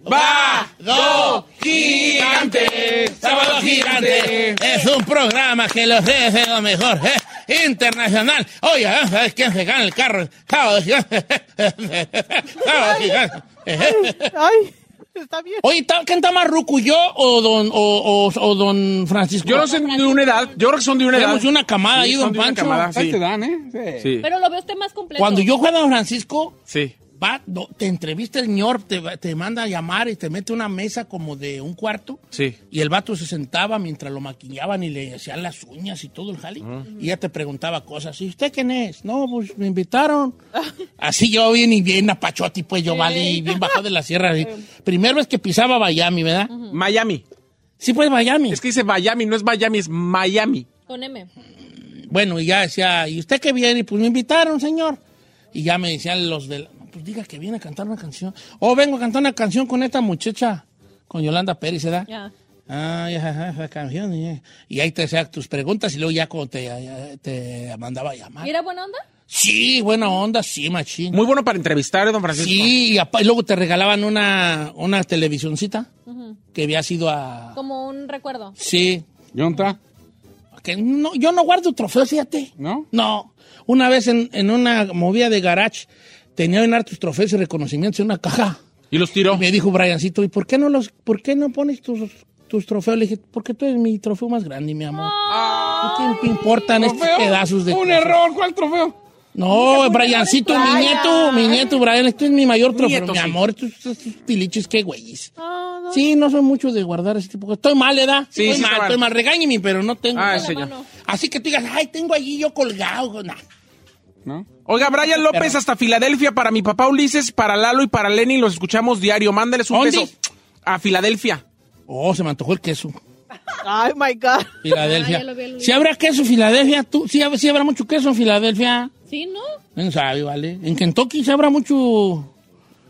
Speaker 1: Sábado gigante, sábado gigante. Es un programa que los deje lo mejor. eh. internacional. Oye, ¿eh? ¿sabes quién se gana el carro? Sábado gigante. Sábado gigante.
Speaker 8: Ay, está bien.
Speaker 1: Oye, ¿ta- ¿quién está más ruco, yo o don, o, o- o don Francisco?
Speaker 4: Yo no sé de una edad. Yo creo que son de una edad.
Speaker 1: Tenemos una camada
Speaker 4: Sí,
Speaker 1: ahí,
Speaker 4: son
Speaker 1: don
Speaker 4: de una
Speaker 1: Pancho.
Speaker 4: camada, sí.
Speaker 1: Ahí te
Speaker 10: dan, ¿eh?
Speaker 4: Sí.
Speaker 3: Pero lo veo usted más completo.
Speaker 1: Cuando yo juega a don Francisco,
Speaker 4: Sí.
Speaker 1: va, do- te entrevista el señor, te, va- te manda a llamar y te mete una mesa como de un cuarto.
Speaker 4: Sí.
Speaker 1: Y el vato se sentaba mientras lo maquillaban y le hacían las uñas y todo el jali. Y ya te preguntaba cosas. ¿Y usted quién es? No, pues me invitaron. Así yo bien y bien apachoti, pues yo vale, bien bajado de la sierra. así. Primero vez que pisaba Miami, ¿verdad?
Speaker 4: Miami.
Speaker 1: Sí, pues Miami.
Speaker 4: Es que dice Miami, no es Miami, es Miami.
Speaker 3: Con M.
Speaker 1: Bueno, y ya decía, ¿y usted qué viene? Y pues me invitaron, señor. Y ya me decían los del... "No, Pues diga que viene a cantar una canción. Oh, vengo a cantar una canción con esta muchacha, con Yolanda Pérez, ¿verdad?
Speaker 3: Ya.
Speaker 1: Ah, ya, ya, esa canción. ya. Y ahí te hacía tus preguntas y luego ya cuando te, ya, te mandaba a llamar.
Speaker 3: ¿Y era buena onda?
Speaker 1: Sí, buena onda, sí, machín.
Speaker 4: Muy bueno para entrevistar, ¿eh, don Francisco.
Speaker 1: Sí, y, apa- y luego te regalaban una, una televisioncita que había sido a...
Speaker 3: Como un recuerdo.
Speaker 1: Sí.
Speaker 10: ¿Y dónde está?
Speaker 1: Que no, yo no guardo trofeos, fíjate.
Speaker 10: ¿No?
Speaker 1: No. Una vez en, en una movida de garage tenía en hartos trofeos y reconocimientos en una caja.
Speaker 4: Y los tiró.
Speaker 1: Y me dijo Briancito, ¿y por qué no los, por qué no pones tus, tus trofeos? Le dije, porque tú eres mi trofeo más grande, mi amor. ¿Qué te importan estos
Speaker 10: ¿Trofeo?
Speaker 1: pedazos de
Speaker 10: Un
Speaker 1: cosas?
Speaker 10: error, ¿cuál trofeo?
Speaker 1: No, Briancito, mi nieto, mi nieto, Brian, esto es mi mayor trofeo.
Speaker 4: Nieto,
Speaker 1: mi
Speaker 4: sí.
Speaker 1: amor, estos, estos piliches, qué güeyes. Sí, no soy mucho de guardar ese tipo de cosas. Estoy mal, ¿edad?
Speaker 4: Sí,
Speaker 1: estoy mal,
Speaker 4: sí, está mal.
Speaker 1: estoy mal, regáñeme, pero no tengo.
Speaker 4: Ay,
Speaker 1: nada.
Speaker 4: señor.
Speaker 1: Así que tú digas, ay, tengo allí yo colgado. Nah.
Speaker 10: ¿No?
Speaker 4: Oiga, Brian López
Speaker 1: Pero-
Speaker 4: hasta Filadelfia para mi papá Ulises, para Lalo y para Lenny. Los escuchamos diario. Mándales un
Speaker 1: ¿Dónde?
Speaker 4: beso a Filadelfia.
Speaker 1: Oh, se me antojó el queso.
Speaker 2: Ay, my God.
Speaker 1: Filadelfia.
Speaker 3: Ah, ya lo vi, Luis.
Speaker 1: si habrá queso en Filadelfia, tú, sí, hab- sí habrá mucho queso en Filadelfia.
Speaker 3: Sí, ¿no?
Speaker 1: No sabe, ¿vale? En Kentucky se habrá mucho.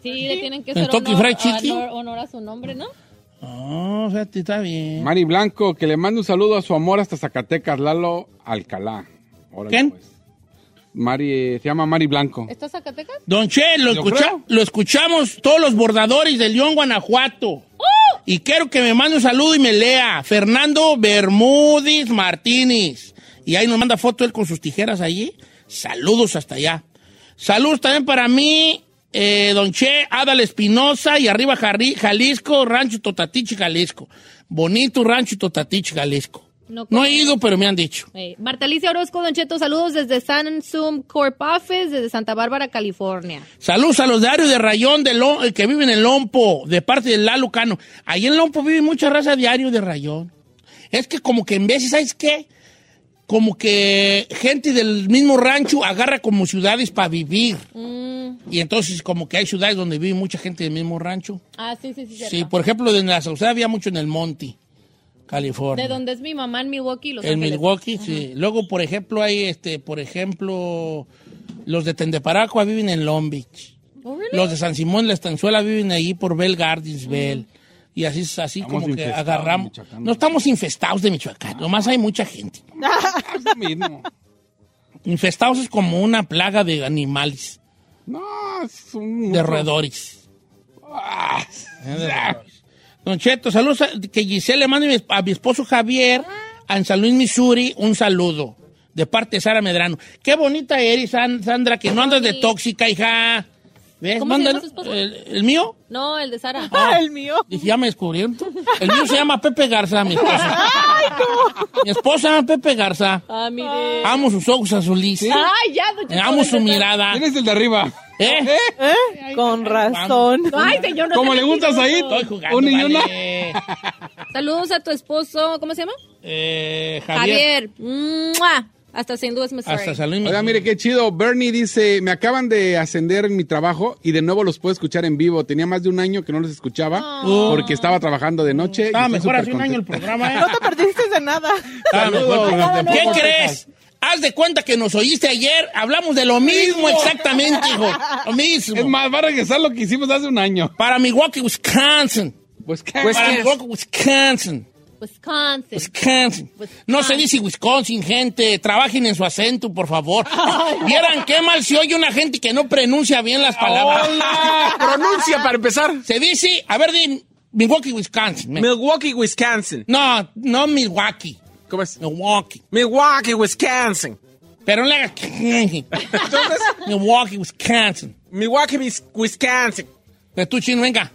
Speaker 3: Sí, le tienen que
Speaker 1: ¿En
Speaker 3: hacer
Speaker 1: Kentucky
Speaker 3: honor,
Speaker 1: Fried Chicken?
Speaker 3: honor- honor a su nombre, ¿no?
Speaker 1: No, Oh, fíjate, está bien.
Speaker 10: Mari Blanco, que le mande un saludo a su amor hasta Zacatecas, Lalo Alcalá. Órale,
Speaker 1: ¿Quién?
Speaker 10: pues. Mari, eh, se llama Mari Blanco.
Speaker 3: ¿Está Zacatecas?
Speaker 1: Don Che, lo,
Speaker 10: Yo
Speaker 1: escucha-
Speaker 10: creo.
Speaker 1: lo escuchamos todos los bordadores de León, Guanajuato. Y quiero que me mande un saludo y me lea. Fernando Bermúdez Martínez. Y ahí nos manda foto él con sus tijeras allí. Saludos hasta allá. Saludos también para mí, eh, Don Che, Adal Espinosa y arriba Jarri- Jalisco, Rancho Totatichi, Jalisco. Bonito Rancho Totatichi, Jalisco.
Speaker 3: No
Speaker 1: No he ido, pero me han dicho.
Speaker 3: Eh, Marta Alicia Orozco, Don Cheto, saludos desde Samsung Corp Office, desde Santa Bárbara, California.
Speaker 1: Saludos a los de Ario de Rayón, de Lo- eh, que viven en Lompo, de parte de Lalo Cano. Ahí en Lompo vive mucha raza de Ario de Rayón. Es que como que en veces, ¿sabes qué? Como que gente del mismo rancho agarra como ciudades para vivir. Y entonces como que hay ciudades donde vive mucha gente del mismo rancho.
Speaker 3: Ah, sí, sí, sí. cierto.
Speaker 1: Sí, por ejemplo, en la Sauceda había mucho en el Monte, California.
Speaker 3: De donde es mi mamá en Milwaukee, Los
Speaker 1: En
Speaker 3: Ángeles.
Speaker 1: Milwaukee, sí. Luego, por ejemplo, hay, este, por ejemplo, los de Tendeparacua viven en Long Beach.
Speaker 3: Oh, really? Mm.
Speaker 1: Los de San Simón, la estanzuela, viven ahí por Bell Gardens, Bell. Y así, así
Speaker 10: Estamos
Speaker 1: como que
Speaker 10: infestados de
Speaker 1: agarramos.
Speaker 10: Michoacán.
Speaker 1: No estamos infestados de Michoacán, nomás hay mucha gente.
Speaker 10: Es lo mismo.
Speaker 1: Infestados es como una plaga de animales,
Speaker 10: No, es un...
Speaker 1: de roedores. Es de roedores. Eh, Don Cheto, saludos a- que Giselle le mande a mi- a mi esposo Javier en San Luis, Missouri, un saludo. De parte de Sara Medrano. Qué bonita eres, San- Sandra, que no andas de tóxica, hija. ¿Ves?
Speaker 3: ¿Cómo se
Speaker 1: No
Speaker 3: llama
Speaker 1: andas-
Speaker 3: su esposo?
Speaker 1: el, el mío?
Speaker 3: No, el de Sara.
Speaker 1: Ah.
Speaker 8: El mío.
Speaker 1: Dije, ya me descubrieron. El mío se llama Pepe Garza, mi esposa. Mi esposa se llama Pepe Garza.
Speaker 3: Ah, mire.
Speaker 1: Amo sus ojos azules.
Speaker 3: Ay, ya, Don Cheto.
Speaker 1: Amo su
Speaker 3: don Cheto.
Speaker 1: mirada.
Speaker 10: ¿Quién es el de arriba?
Speaker 1: ¿Eh?
Speaker 8: ¿Eh? Con razón.
Speaker 3: Ay, señor. no
Speaker 10: ¿Cómo
Speaker 3: sea
Speaker 10: le gustas ahí?
Speaker 3: mentiroso.
Speaker 1: Estoy jugando.
Speaker 10: ¿Una y
Speaker 1: vale.
Speaker 10: una?
Speaker 3: Saludos a tu esposo, ¿cómo se llama?
Speaker 1: Eh,
Speaker 3: Javier.
Speaker 1: Javier.
Speaker 3: ¡Mua! Hasta St. Louis, Missouri.
Speaker 1: Hasta San Luis.
Speaker 10: Oiga, Ah, mire qué chido. Bernie dice, me acaban de ascender en mi trabajo y de nuevo los puedo escuchar en vivo. Tenía más de un año que no los escuchaba
Speaker 1: Oh.
Speaker 10: porque estaba trabajando de noche. y
Speaker 1: Estaba
Speaker 10: estoy
Speaker 1: mejor hace un
Speaker 10: supercontento.
Speaker 1: año el programa, ¿eh?
Speaker 8: No te perdiste de nada.
Speaker 1: Estaba mejor el programa.
Speaker 10: Saludos.
Speaker 1: ¿Qué crees? Haz de cuenta que nos oíste ayer. Hablamos de lo mismo exactamente, hijo. Lo
Speaker 10: Es
Speaker 1: mismo.
Speaker 10: más, va a regresar lo que hicimos hace un año.
Speaker 1: Para Milwaukee, Wisconsin.
Speaker 10: Pues, ¿qué?
Speaker 1: Para Milwaukee, Wisconsin.
Speaker 3: Wisconsin.
Speaker 1: Wisconsin. No se dice Wisconsin, gente. Trabajen en su acento, por favor. Vieran qué mal se oye una gente que no pronuncia bien las palabras.
Speaker 4: ¡Hola! Pronuncia para empezar.
Speaker 1: Se dice, a ver, di Milwaukee, Wisconsin. me-
Speaker 4: Milwaukee, Wisconsin.
Speaker 1: No, no Milwaukee.
Speaker 4: ¿Cómo es?
Speaker 1: Milwaukee.
Speaker 4: Milwaukee, Wisconsin.
Speaker 1: Pero no le hagas. Entonces, Milwaukee, Wisconsin.
Speaker 4: Milwaukee, Wisconsin.
Speaker 1: Pero tú, chino, venga.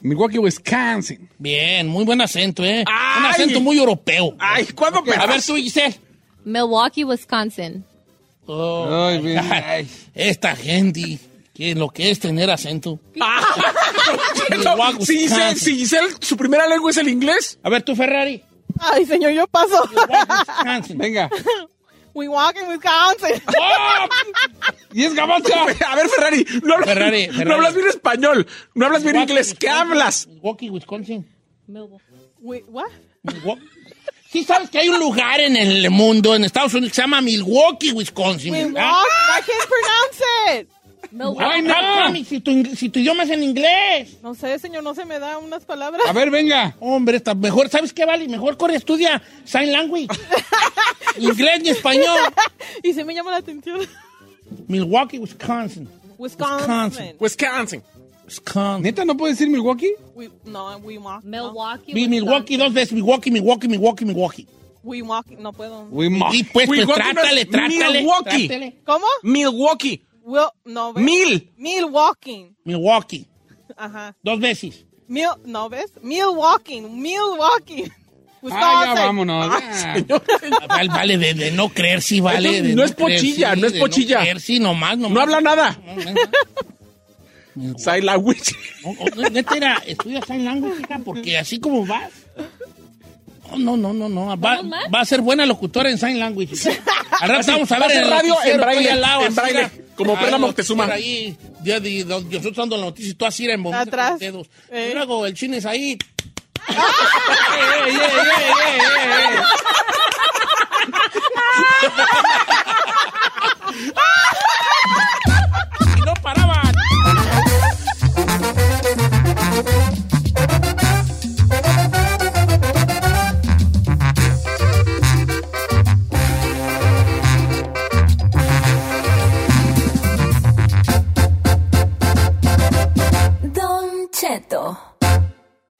Speaker 10: Milwaukee, Wisconsin.
Speaker 1: Bien, muy buen acento, ¿eh? Un acento muy europeo.
Speaker 4: Ay, ¿cuándo
Speaker 1: A ver, tú, Giselle.
Speaker 3: Milwaukee, Wisconsin.
Speaker 1: Oh,
Speaker 10: Ay,
Speaker 1: my
Speaker 10: bien.
Speaker 1: God. Esta gente, que lo que es tener acento.
Speaker 4: Ah. si, Giselle, si Giselle, su primera lengua es el inglés.
Speaker 1: A ver, tú, Ferrari.
Speaker 8: Ay, señor, yo paso.
Speaker 10: Venga.
Speaker 8: We walk in Wisconsin.
Speaker 4: Oh,
Speaker 10: ¡Y es gabacha!
Speaker 4: A ver, Ferrari, no hablas,
Speaker 1: Ferrari,
Speaker 4: no
Speaker 1: Ferrari.
Speaker 4: hablas bien español, no hablas bien inglés. ¿Qué hablas?
Speaker 1: Milwaukee, Wisconsin.
Speaker 8: We- what?
Speaker 1: Milwa- Sí sabes que hay un lugar en el mundo, en Estados Unidos, que se llama Milwaukee, Wisconsin. ¿Ah?
Speaker 8: We
Speaker 1: ¿verdad?
Speaker 8: walk. I can't pronounce it.
Speaker 1: Ay, no, mami, si tu, ing- si tu idioma es en inglés.
Speaker 8: No sé, señor, no se me da unas palabras.
Speaker 10: A ver, venga.
Speaker 1: Hombre, está mejor, ¿sabes qué, Vale? Mejor corre, estudia Sign Language. inglés ni español.
Speaker 8: Y se me llama la atención.
Speaker 1: Milwaukee, Wisconsin. Wisconsin.
Speaker 8: Wisconsin.
Speaker 4: Wisconsin.
Speaker 1: Wisconsin.
Speaker 10: ¿Neta no puedes decir Milwaukee?
Speaker 8: We, no, we walk.
Speaker 3: Milwaukee.
Speaker 1: Vi Milwaukee dos veces, Milwaukee, Milwaukee, Milwaukee, Milwaukee.
Speaker 8: We walk. No puedo.
Speaker 5: Ah,
Speaker 1: Y pues, pues
Speaker 4: Milwaukee no es
Speaker 1: trátale, trátale.
Speaker 4: Milwaukee.
Speaker 1: trátale.
Speaker 8: ¿Cómo?
Speaker 4: Milwaukee.
Speaker 8: Will, no, ¿ves?
Speaker 4: Mil.
Speaker 8: Milwaukee.
Speaker 1: Milwaukee,
Speaker 8: Ajá.
Speaker 1: dos veces.
Speaker 8: Mil, ¿no ves? Milwaukee. Milwaukee.
Speaker 10: Ah,
Speaker 8: Wisconsin.
Speaker 10: ya vámonos. Ah.
Speaker 1: Vale, vale, de, de no creer, sí, vale.
Speaker 4: Eso
Speaker 1: de
Speaker 4: no es
Speaker 1: creer,
Speaker 4: pochilla,
Speaker 1: sí,
Speaker 4: no es
Speaker 1: de
Speaker 4: pochilla.
Speaker 1: No creer, sí, nomás, nomás.
Speaker 4: No habla nada.
Speaker 1: No, venga.
Speaker 4: Sign language.
Speaker 1: No, no, neta era, estudia sign language, hija, porque así como vas. No, no, no, no, no. Va,
Speaker 3: ¿Vamos mal?
Speaker 1: va a ser buena locutora en sign language. Al rato vamos a
Speaker 4: va
Speaker 1: ver
Speaker 4: a ser
Speaker 1: el
Speaker 4: radio
Speaker 1: noticiero,
Speaker 4: en braille,
Speaker 1: estoy al lado,
Speaker 4: en
Speaker 1: así,
Speaker 4: braille,
Speaker 1: mira.
Speaker 4: como
Speaker 1: Ah,
Speaker 4: Perla
Speaker 1: el
Speaker 4: Moctezuma.
Speaker 1: noticiero Ahí, yo, di- do- yo estoy dando la noticia y tú así era en bombita con los
Speaker 8: Atrás.
Speaker 1: dedos.
Speaker 8: Eh.
Speaker 1: Y luego el chino es ahí. Ey, ey, ey, ey, ey, ey, ey. Y no paraban.
Speaker 6: Don Cheto.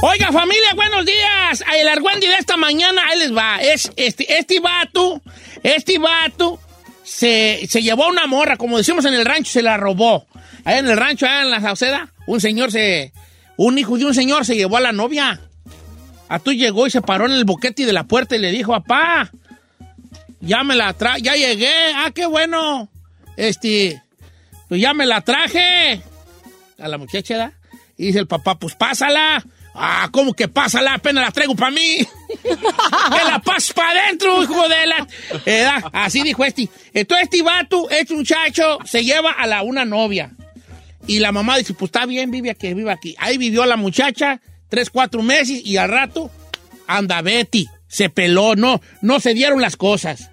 Speaker 1: Oiga, familia, buenos días. El Argüendi de esta mañana, ahí les va. Es, este, este vato, este vato se, se llevó a una morra, como decimos en el rancho, se la robó. Allá en el rancho, allá en la Sauceda, un señor se. Un hijo de un señor se llevó a la novia. A tú llegó y se paró en el boquete de la puerta y le dijo, papá, ya me la tra... ya llegué. Ah, qué bueno. Este, pues ya me la traje a la muchacha, ¿da? Y dice el papá, pues pásala. Ah, ¿cómo que pásala? Apenas la traigo para mí. ¡Que la pases para adentro, hijo de la... Eh, da, así dijo este. Entonces este vato, este muchacho, se lleva a la una novia. Y la mamá dice, pues está bien, vive aquí, vive aquí. Ahí vivió la muchacha tres, cuatro meses y al rato, anda Betty, se peló, no, no se dieron las cosas.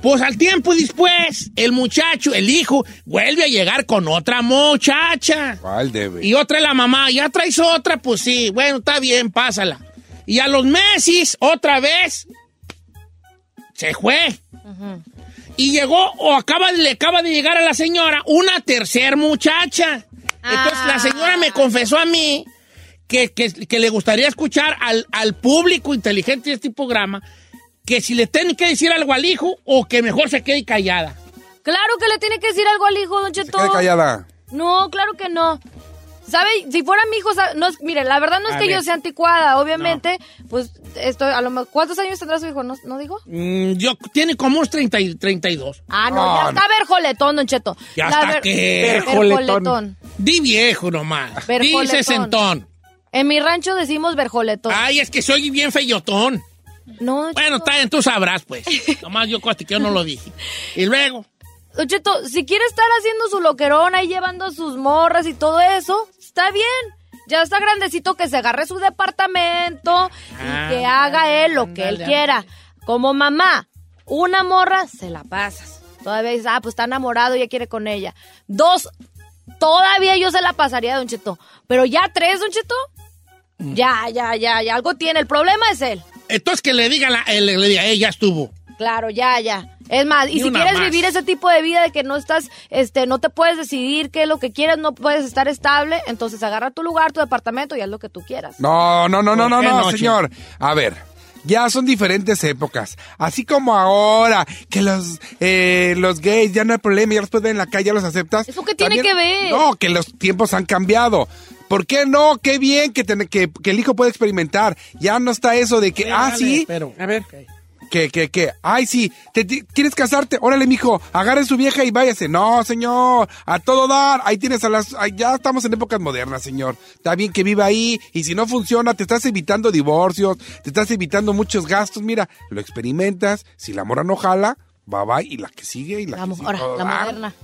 Speaker 1: Pues al tiempo después, el muchacho, el hijo, vuelve a llegar con otra muchacha.
Speaker 5: ¿Cuál debe?
Speaker 1: Y otra es la mamá. Ya traes otra, pues sí. Bueno, está bien, pásala. Y a los meses, otra vez, se fue. Y llegó, o acaba, le acaba de llegar a la señora, una tercer muchacha. Entonces
Speaker 3: Ah.
Speaker 1: la señora me confesó a mí que, que- que le gustaría escuchar al, al público inteligente de este programa, que si le tienen que decir algo al hijo o que mejor se quede callada.
Speaker 11: Claro que le tiene que decir algo al hijo, Don Cheto.
Speaker 1: quede callada.
Speaker 11: No, claro que no. ¿Sabe? Si fuera mi hijo, sa- no es- mire, la verdad no es
Speaker 1: A
Speaker 11: que yo
Speaker 1: ver.
Speaker 11: sea anticuada, obviamente. Pues estoy, a lo mejor, ¿cuántos años tendrá su hijo? ¿No, no digo?
Speaker 1: Mm, yo tiene como unos 30 y 32.
Speaker 11: Ah, no, ya está verjoletón, Don Cheto.
Speaker 1: Ya
Speaker 11: La
Speaker 1: está
Speaker 11: ver-
Speaker 1: que.
Speaker 11: Verjoletón.
Speaker 1: Di viejo nomás. Di
Speaker 11: Verjoletón.
Speaker 1: sesentón.
Speaker 11: En mi rancho decimos verjoletón.
Speaker 6: Ah,
Speaker 1: Ay, es que soy bien feyotón.
Speaker 11: No,
Speaker 1: Bueno, está bien, tú sabrás, pues. Nomás yo coste que yo no lo dije. Y luego,
Speaker 11: Don Cheto, si quiere estar haciendo su loquerón ahí llevando sus morras y todo eso, está bien. Ya está grandecito que se agarre su departamento y
Speaker 6: Ah,
Speaker 11: que haga él lo que él
Speaker 6: ándale,
Speaker 11: quiera. Como mamá, una morra se la pasas. Todavía dices, ah, pues está enamorado, ya quiere con ella. Dos, todavía yo se la pasaría, Don Cheto. Pero ya tres, Don Cheto,
Speaker 6: Mm.
Speaker 11: ya, ya, ya, ya, algo tiene. El problema es él.
Speaker 1: entonces que le diga, la, eh, le, le diga, eh, ya estuvo.
Speaker 11: Claro, ya, ya. Es más, y
Speaker 1: Ni
Speaker 11: si
Speaker 1: una
Speaker 11: quieres
Speaker 1: más.
Speaker 11: vivir ese tipo de vida de que no estás, este, no te puedes decidir qué es lo que quieres, no puedes estar estable, entonces agarra tu lugar, tu departamento y haz lo que tú quieras.
Speaker 12: No, no, no, no, no,
Speaker 11: qué
Speaker 12: no,
Speaker 11: no,
Speaker 12: señor. A ver, ya son diferentes épocas. Así como ahora, que los, eh, los gays ya no hay problema, ya los puedes ver en la calle, ya los aceptas. ¿Eso
Speaker 11: qué tiene que ver?
Speaker 12: No, que los tiempos han cambiado. ¿Por qué no? Qué bien que, ten- que, que el hijo puede experimentar. Ya no está eso de que, ah,
Speaker 4: dale,
Speaker 12: sí,
Speaker 4: Pero, a ver.
Speaker 12: que, que, que, ay, sí, te, ti- ¿quieres casarte? Órale, mijo, agarre su vieja y váyase. No, señor, a todo dar. Ahí tienes a las, ay, ya estamos en épocas modernas, señor. Está bien que viva ahí y si no funciona, te estás evitando divorcios, te estás evitando muchos gastos. Mira, lo experimentas, si la mora no jala, bye bye, y la que sigue y la, que sigue. a todo
Speaker 11: la
Speaker 12: dar.
Speaker 11: moderna.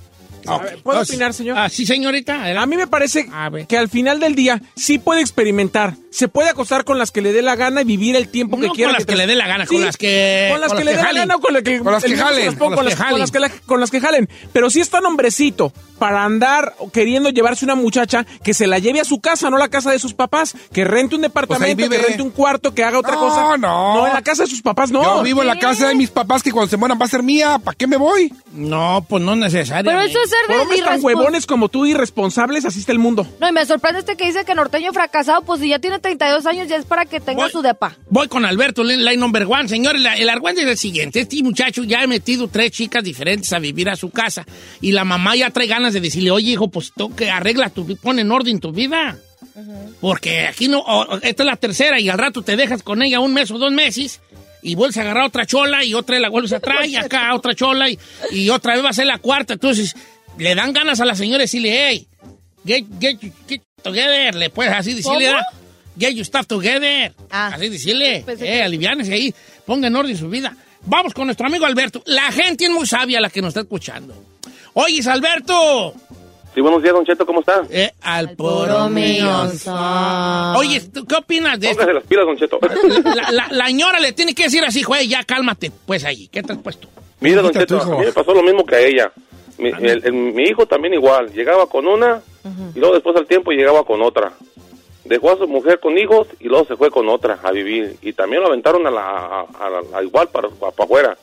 Speaker 12: Ah,
Speaker 4: ¿Puedo
Speaker 12: no,
Speaker 4: opinar, señor?
Speaker 1: Ah, sí, señorita.
Speaker 4: Eh, A mí me parece que al final del día sí puede experimentar. Se puede acostar con las que le dé la gana y vivir el tiempo que
Speaker 1: No
Speaker 4: quiera.
Speaker 1: con las que le dé la gana, con las que-
Speaker 4: Con las
Speaker 1: con
Speaker 4: que
Speaker 1: las que
Speaker 4: le dé la
Speaker 1: jalen.
Speaker 4: gana o con las que
Speaker 1: Con las que
Speaker 4: el mismo se
Speaker 1: jalen,
Speaker 4: pongo, Con las que con las que
Speaker 1: jalen.
Speaker 4: la- con las que jalen. Pero sí está nombrecito para andar queriendo llevarse una muchacha que se la lleve a su casa, no la casa de sus papás. Que rente
Speaker 1: Pues
Speaker 4: un departamento, que
Speaker 12: vive.
Speaker 4: rente un cuarto, que haga otra
Speaker 12: No,
Speaker 4: cosa.
Speaker 12: no.
Speaker 4: No, en la casa de sus papás no.
Speaker 12: Yo vivo en la casa de mis papás que cuando se mueran va a ser mía. ¿Para qué me voy?
Speaker 1: No, pues no necesario.
Speaker 11: Pero eso es ser
Speaker 4: Por
Speaker 11: de
Speaker 4: hombres tan
Speaker 11: irrespons-
Speaker 4: huevones como tú, irresponsables, así está el mundo.
Speaker 11: No, y me sorprende este que dice que norteño fracasado, pues si ya tiene 32 años ya es para que tenga su depa.
Speaker 1: Voy con Alberto, line line number one. Señor, la- el argüende es el siguiente. Este muchacho ya ha metido tres chicas diferentes a vivir a su casa. Y la mamá ya trae ganas de decirle, oye, hijo, pues tú que arregla, tu, vi- pon en orden tu vida. Porque aquí no, o- o- esta es la tercera y al rato te dejas con ella un mes o dos meses y vuelves a agarrar otra chola y otra la vuelves a traer y acá otra chola y, y otra vez va a ser la cuarta. Entonces le dan ganas a la señora y decirle, hey, get, get, get together, le puedes así decirle,
Speaker 13: ¿Cómo? Ah,
Speaker 1: ¿verdad? get your stuff together. así decirle,
Speaker 13: pensé
Speaker 1: eh,
Speaker 13: que-
Speaker 1: aliviánese ahí, ponga en orden su vida. Vamos con nuestro amigo Alberto. La gente es muy sabia la que nos está escuchando. Oye, Alberto. eh,
Speaker 14: Sí, buenos días, Don Cheto, ¿cómo está?
Speaker 1: al puro Oye, ¿tú ¿qué opinas de esto?
Speaker 14: Póngase las pilas, Don Cheto.
Speaker 1: La, la, la ñora le tiene que decir así, güey, ya cálmate, pues ahí, ¿qué te has puesto?
Speaker 14: Mira, Don
Speaker 1: Quita tu
Speaker 14: Cheto,
Speaker 1: hijo.
Speaker 14: a mí me pasó lo mismo que a ella. Mi, el- el- mi hijo también igual. Llegaba con una y luego después al tiempo llegaba con otra. Dejó a su mujer con hijos y luego se fue con otra a vivir. Y también lo aventaron a la, a, a- a igual para, para afuera.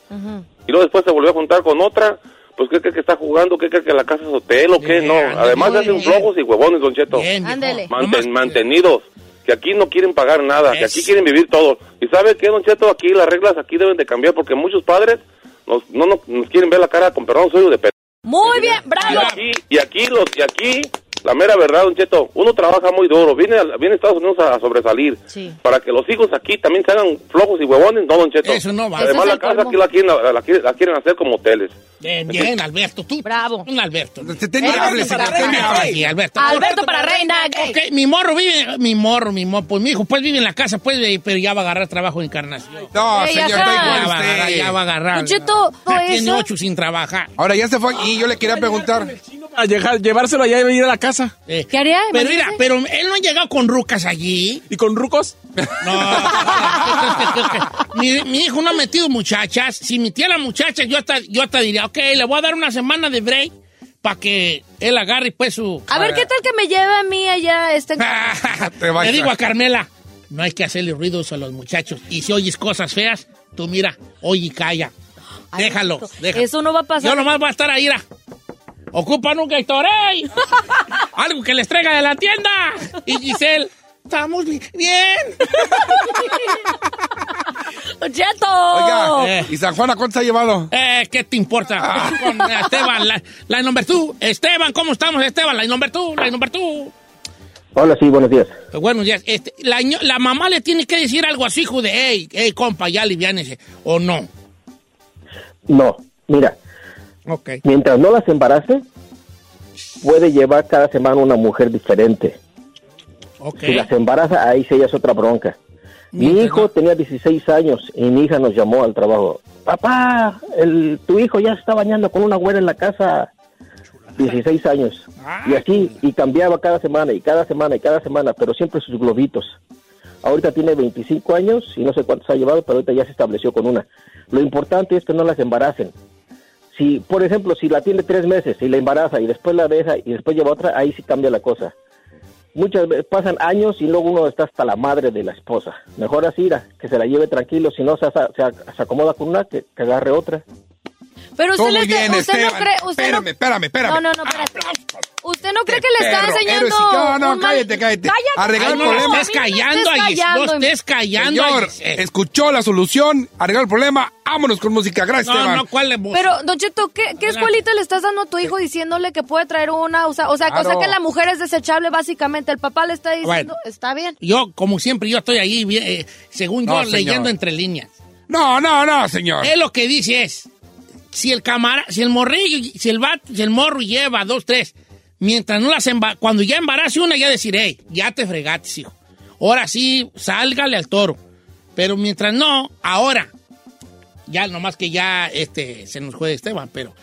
Speaker 14: Y luego después se volvió a juntar con otra. Pues, ¿qué cree que está jugando? ¿Qué cree que la casa es hotel o qué? No, además
Speaker 1: muy
Speaker 14: hacen
Speaker 1: bien.
Speaker 14: flojos y huevones, Don Cheto.
Speaker 11: Ándele.
Speaker 14: Manten- mantenidos, que aquí no quieren pagar nada, que aquí quieren vivir todo. Y sabe que, don Cheto, aquí las reglas aquí deben de cambiar porque muchos padres nos, no, no- nos quieren ver la cara con perdón, soy de pe-
Speaker 11: Muy bien, bravo.
Speaker 14: Y, y aquí los, y aquí, la mera verdad, don Cheto, uno trabaja muy duro, viene, a- viene a Estados Unidos a, a sobresalir.
Speaker 11: Sí.
Speaker 14: Para que los hijos aquí también se hagan flojos y huevones, no, don Cheto.
Speaker 1: Eso no va. Eso
Speaker 14: Además,
Speaker 1: es
Speaker 14: la
Speaker 1: el
Speaker 14: casa
Speaker 1: colmo.
Speaker 14: aquí la quieren, la- la quieren- la quieren hacer como hoteles.
Speaker 1: Bien, bien, Alberto, tú. Bravo. Un Alberto.
Speaker 12: te me hables,
Speaker 1: para
Speaker 12: señor, te me
Speaker 1: reina,
Speaker 12: hables.
Speaker 1: sí, Alberto.
Speaker 11: Alberto para reina.
Speaker 1: Ok, mi morro vive, mi morro, mi morro, pues mi hijo, pues vive en la casa, pues, eh, pero ya va a agarrar trabajo en Encarnación.
Speaker 12: No,
Speaker 11: Ey,
Speaker 12: señor,
Speaker 11: ajá.
Speaker 5: Ah.
Speaker 12: está
Speaker 1: Ya
Speaker 12: igual
Speaker 1: va a
Speaker 12: usted.
Speaker 1: agarrar, ya va a agarrar.
Speaker 11: Don Cheto, todo
Speaker 1: Ya Tiene
Speaker 11: eso.
Speaker 1: ocho sin trabajar.
Speaker 12: Ahora ya se fue y yo le quería preguntar.
Speaker 4: A llegar- llevárselo allá y ir a la casa.
Speaker 1: ¿Qué haría? Eh, Pero mira, pero él no ha llegado con rucas allí.
Speaker 4: ¿Y con rucos?
Speaker 1: mi, mi hijo no ha metido muchachas. Si metiera a muchachas, yo hasta, yo hasta diría, ok, le voy a dar una semana de break para que él agarre pues su...
Speaker 11: A ver, ¿qué tal que me lleve a mí allá este...
Speaker 1: Ah, Te
Speaker 11: vas a-
Speaker 1: digo a Carmela, no hay que hacerle ruidos a los muchachos. Y si oyes cosas feas, tú mira, oye y calla. Déjalo, déjalo.
Speaker 11: Eso no va a pasar.
Speaker 1: Yo nomás voy a estar ahí, mira. Ocupan un Gatorade. Algo que les traiga de la tienda. Y Giselle, Estamos bi- bien.
Speaker 11: ¡Cheto! Oh.
Speaker 12: Oiga, ¿y San Juana cuánto se ha llevado?
Speaker 1: Eh, ¿qué te importa? Con Esteban, la, la number two. Esteban, ¿cómo estamos, Esteban? La number two, la number two.
Speaker 13: Hola, sí, buenos días.
Speaker 1: Eh, Buenos días. Este, la, ño- la mamá le tiene que decir algo a su hijo de, hey, hey, compa, ya aliviánese. ¿O no?
Speaker 13: No, mira,
Speaker 1: Ok.
Speaker 13: mientras no las embarace, puede llevar cada semana una mujer diferente.
Speaker 1: Ok.
Speaker 13: Si las embaraza, ahí sí ya es otra bronca. Mi hijo tenía 16 años y mi hija nos llamó al trabajo. Papá, el, tu hijo ya se está bañando con una güera en la casa. 16 años.
Speaker 1: Ah.
Speaker 13: Y así, y cambiaba cada semana y cada semana y cada semana, pero siempre sus globitos. Ahorita tiene 25 años y no sé cuántos ha llevado, pero ahorita ya se estableció con una. Lo importante es que no las embaracen. Si, por ejemplo, si la tiene tres meses y la embaraza y después la deja y después lleva otra, ahí sí cambia la cosa. Muchas veces pasan años y luego uno está hasta la madre de la esposa. Mejor así, irá, que se la lleve tranquilo, si no se, asa- se ac- se acomoda con una, que, que agarre otra.
Speaker 11: Pero usted,
Speaker 13: Todo
Speaker 11: le
Speaker 13: muy
Speaker 11: está-
Speaker 13: bien,
Speaker 11: usted no
Speaker 13: Esteban.
Speaker 11: cree... Usted
Speaker 13: Espérame,
Speaker 11: no...
Speaker 13: espérame, espérame. Ah,
Speaker 11: No, no, no, espérate. ¿Usted no cree que le está
Speaker 13: perro,
Speaker 11: enseñando
Speaker 13: eres- no, no,
Speaker 11: un mal-
Speaker 13: cállate, cállate.
Speaker 11: Cállate,
Speaker 13: Arreglar
Speaker 11: no,
Speaker 13: problemas.
Speaker 11: a mí no me
Speaker 13: Estás
Speaker 1: callando,
Speaker 11: estés
Speaker 1: Ayes,
Speaker 11: callando.
Speaker 1: no estés callando,
Speaker 12: Señor,
Speaker 1: Ayes.
Speaker 12: escuchó la solución, arregló el problema, vámonos con música. Gracias,
Speaker 1: No,
Speaker 12: Esteban.
Speaker 1: no, ¿cuál le voy?
Speaker 11: Pero, Don Cheto, ¿qué, qué escuelita le estás dando a tu hijo diciéndole que puede traer una? O sea, o sea cosa
Speaker 1: Claro.
Speaker 11: que la mujer es desechable, básicamente. El papá le está diciendo,
Speaker 1: Bueno.
Speaker 11: está bien.
Speaker 1: Yo, como siempre, yo estoy ahí, bien, eh, según
Speaker 12: No,
Speaker 1: yo,
Speaker 12: señor.
Speaker 1: leyendo entre líneas.
Speaker 12: No, no, no, señor.
Speaker 1: Él lo que dice es, si el camara, si el morrillo, si el vato- si el morro lleva dos, tres, mientras no las emba- cuando ya embarace una, ya decir, hey, ya te fregaste, hijo. Ahora sí, sálgale al toro. Pero mientras no, ahora, ya nomás que ya este, se nos juega Esteban, pero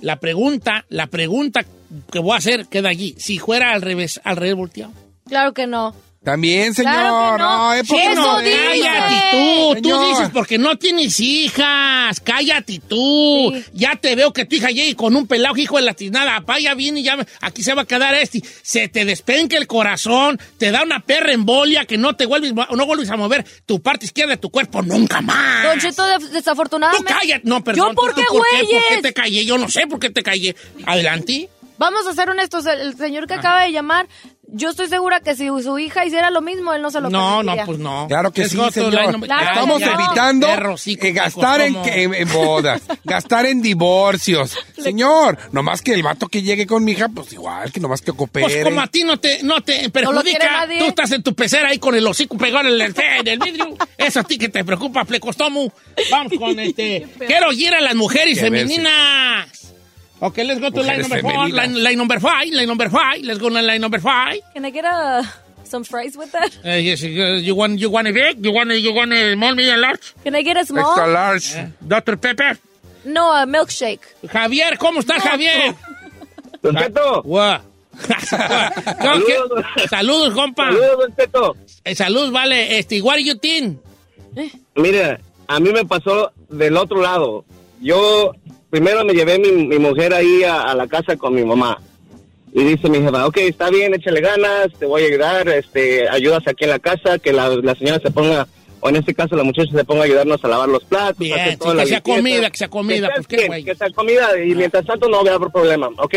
Speaker 1: la pregunta, la pregunta que voy a hacer queda allí. Si fuera al revés, al revés volteado.
Speaker 11: Claro que no.
Speaker 12: También, señor.
Speaker 11: Claro que no.
Speaker 12: no, es porque
Speaker 11: Eso
Speaker 12: no,
Speaker 11: dice.
Speaker 12: cállate.
Speaker 1: Tú, tú
Speaker 12: Señor.
Speaker 1: dices porque no tienes hijas, cállate tú. Ya te veo que tu hija llegue con un pelado hijo de latinada, papá ya viene y ya aquí se va a quedar este. Se te despenca el corazón, te da una perra embolia que no te vuelves, no vuelves a mover tu parte izquierda de tu cuerpo nunca más.
Speaker 11: Don Cheto, de-
Speaker 1: Tú
Speaker 11: desafortunadamente...
Speaker 1: cállate, no, perdón.
Speaker 11: ¿Yo por
Speaker 1: ¿Tú
Speaker 11: qué,
Speaker 1: ¿Por qué
Speaker 11: güeyes?
Speaker 1: te callé? Yo no sé por qué te callé. Adelante.
Speaker 11: Vamos a ser honestos, el, el señor que acaba de llamar, yo estoy segura que si su hija hiciera lo mismo, él no se lo
Speaker 1: No, no,
Speaker 11: permitiría.
Speaker 1: pues no.
Speaker 12: Claro que
Speaker 1: Es
Speaker 12: sí,
Speaker 1: otro line
Speaker 12: señor.
Speaker 1: number- Claro
Speaker 12: Estamos
Speaker 1: que no.
Speaker 12: evitando
Speaker 1: Perro, sí,
Speaker 12: eh, gastar en,
Speaker 1: ¿cómo?
Speaker 12: que- en- en bodas, gastar en divorcios. Señor, nomás que el vato que llegue con mi hija, pues igual, que nomás que coopere.
Speaker 1: Pues como a ti no te, no te
Speaker 11: quiere
Speaker 1: perjudica,
Speaker 11: nadie.
Speaker 1: tú estás en tu pecera ahí con el hocico pegado en el, en el vidrio. Eso a ti que te preocupa, plecostomu. Vamos con este. Quiero oír a las mujeres
Speaker 12: Qué
Speaker 1: femeninas. Ok, let's go to line
Speaker 12: Mujeres
Speaker 1: number four,
Speaker 12: femeninas.
Speaker 1: line, line number five, line number five. Let's go to line number five.
Speaker 11: Can I get uh, some fries with that?
Speaker 1: Eh, yes, you you want, you want a big, you want, a- you want a small, medium, large.
Speaker 11: Can I get a small?
Speaker 12: large.
Speaker 11: Eh.
Speaker 1: Dr. Pepper.
Speaker 11: No, a milkshake.
Speaker 1: Javier, ¿cómo estás, Javier? Don Teto. Saludos. Saludos, compa. Eh,
Speaker 15: Saludos, Don Teto.
Speaker 1: saludos, vale. Este, what do you think?
Speaker 15: Mire, a mí me pasó del otro lado. Yo primero me llevé mi, mi mujer ahí a, a la casa con mi mamá. Y dice mi jefa, ok, está bien, échale ganas, te voy a ayudar, este, ayudas aquí en la casa, que la, la señora se ponga, o en este caso la muchacha se ponga a ayudarnos a lavar los platos.
Speaker 1: Bien,
Speaker 15: hacer
Speaker 1: sí,
Speaker 15: toda
Speaker 1: que
Speaker 15: la
Speaker 1: sea
Speaker 15: limpieza.
Speaker 1: comida, que sea comida,
Speaker 15: Que
Speaker 1: pues, qué
Speaker 15: bien,
Speaker 1: güey. Ah.
Speaker 15: Que sea comida, y mientras tanto no va a haber problema. Ok,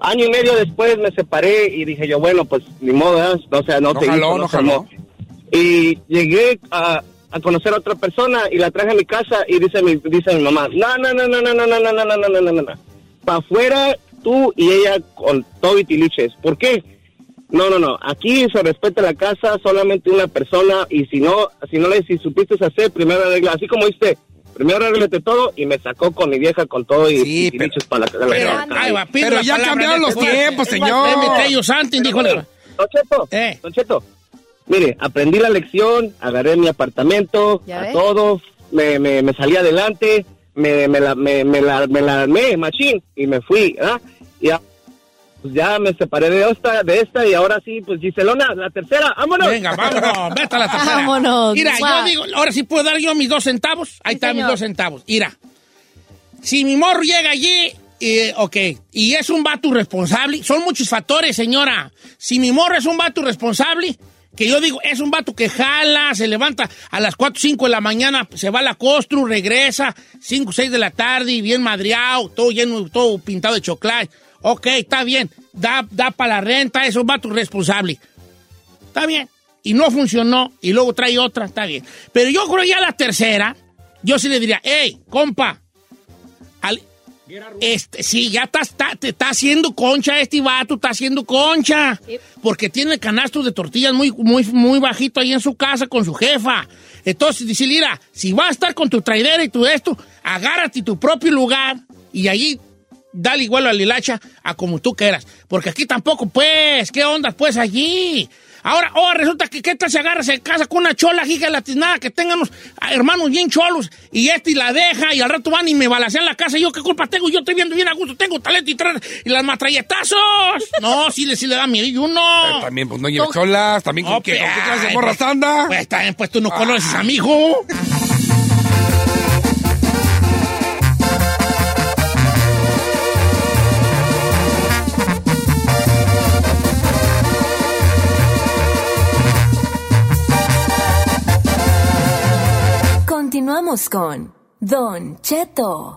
Speaker 15: año y medio después me separé y dije yo, bueno, pues ni modas, o sea, no,
Speaker 12: No
Speaker 15: te
Speaker 12: jaló,
Speaker 15: hizo,
Speaker 12: no
Speaker 15: se
Speaker 12: jaló.
Speaker 15: armó y llegué a, a conocer a otra persona y la traje a mi casa y dice mi, dice mi mamá, no, no, no, no, no, no, no, no, no, no, no, no, no, no. Para afuera tú y ella con todo y tiliches. ¿Por qué? No, no, no. Aquí se respeta la casa, solamente una persona y si no, si no le si supiste hacer, primero arregla, así como dice, primero arréglate todo y me sacó con mi vieja con todo y, y tiliches para la, la- la- la-
Speaker 1: Ahí va, pido la palabra, neta, fuerte. Let me tell you
Speaker 15: Don
Speaker 1: something, dijo Eh. el-
Speaker 15: Cheto, Don Cheto, mire, aprendí la lección, agarré mi apartamento,
Speaker 1: ¿Ya
Speaker 15: a
Speaker 1: ves?
Speaker 15: todo, me, me, me salí adelante, me, me la me, me la me la armé, machín, y me fui, ¿ah? Y ya, pues ya me separé de esta, de esta, y ahora sí, pues Giselona, la tercera, vámonos.
Speaker 1: Venga, vámonos, vete a la tercera. Mira, yo digo, ahora sí puedo dar yo mis dos centavos. Ahí están mis
Speaker 15: señor.
Speaker 1: dos centavos. Mira, si mi morro llega allí, eh, ok, y es un vato responsable, son muchos factores, señora. Si mi morro es un vato responsable, que yo digo, es un vato que jala, se levanta a las 4, 5 de la mañana, se va a la costru, regresa, 5, 6 de la tarde, y bien madreado, todo lleno, todo pintado de chocolate. Ok, está bien, da, da para la renta, es un vato responsable. Está bien. y no funcionó y luego trae otra, está bien. Pero yo creo ya la tercera, yo sí le diría, hey, compa, al- este, sí, ya está, está- te está haciendo concha este vato, está haciendo concha. Porque tiene canastos de tortillas muy, muy, muy bajito ahí en su casa con su jefa. Entonces, dice, mira, si vas a estar con tu traidera y tu esto, agárrate tu propio lugar y allí dale igual a la hilacha a como tú quieras. Porque aquí tampoco, pues, ¿qué onda, pues, allí? Ahora, oh, resulta que ¿qué tal se agarra, se casa con una chola giga latinada, que tengan unos ah, hermanos bien cholos, y este y la deja, y al rato van y me balacean la casa, y yo qué culpa tengo, yo estoy viendo bien a gusto, tengo talento y, tra- y las matralletazos. No, sí, le- sí le da miedo, y uno.
Speaker 12: También, pues no lleves cholas, también con qué, con qué clase de morras anda.
Speaker 1: Pues también, pues tú no conoces, amigo.
Speaker 6: Continuamos con Don Cheto.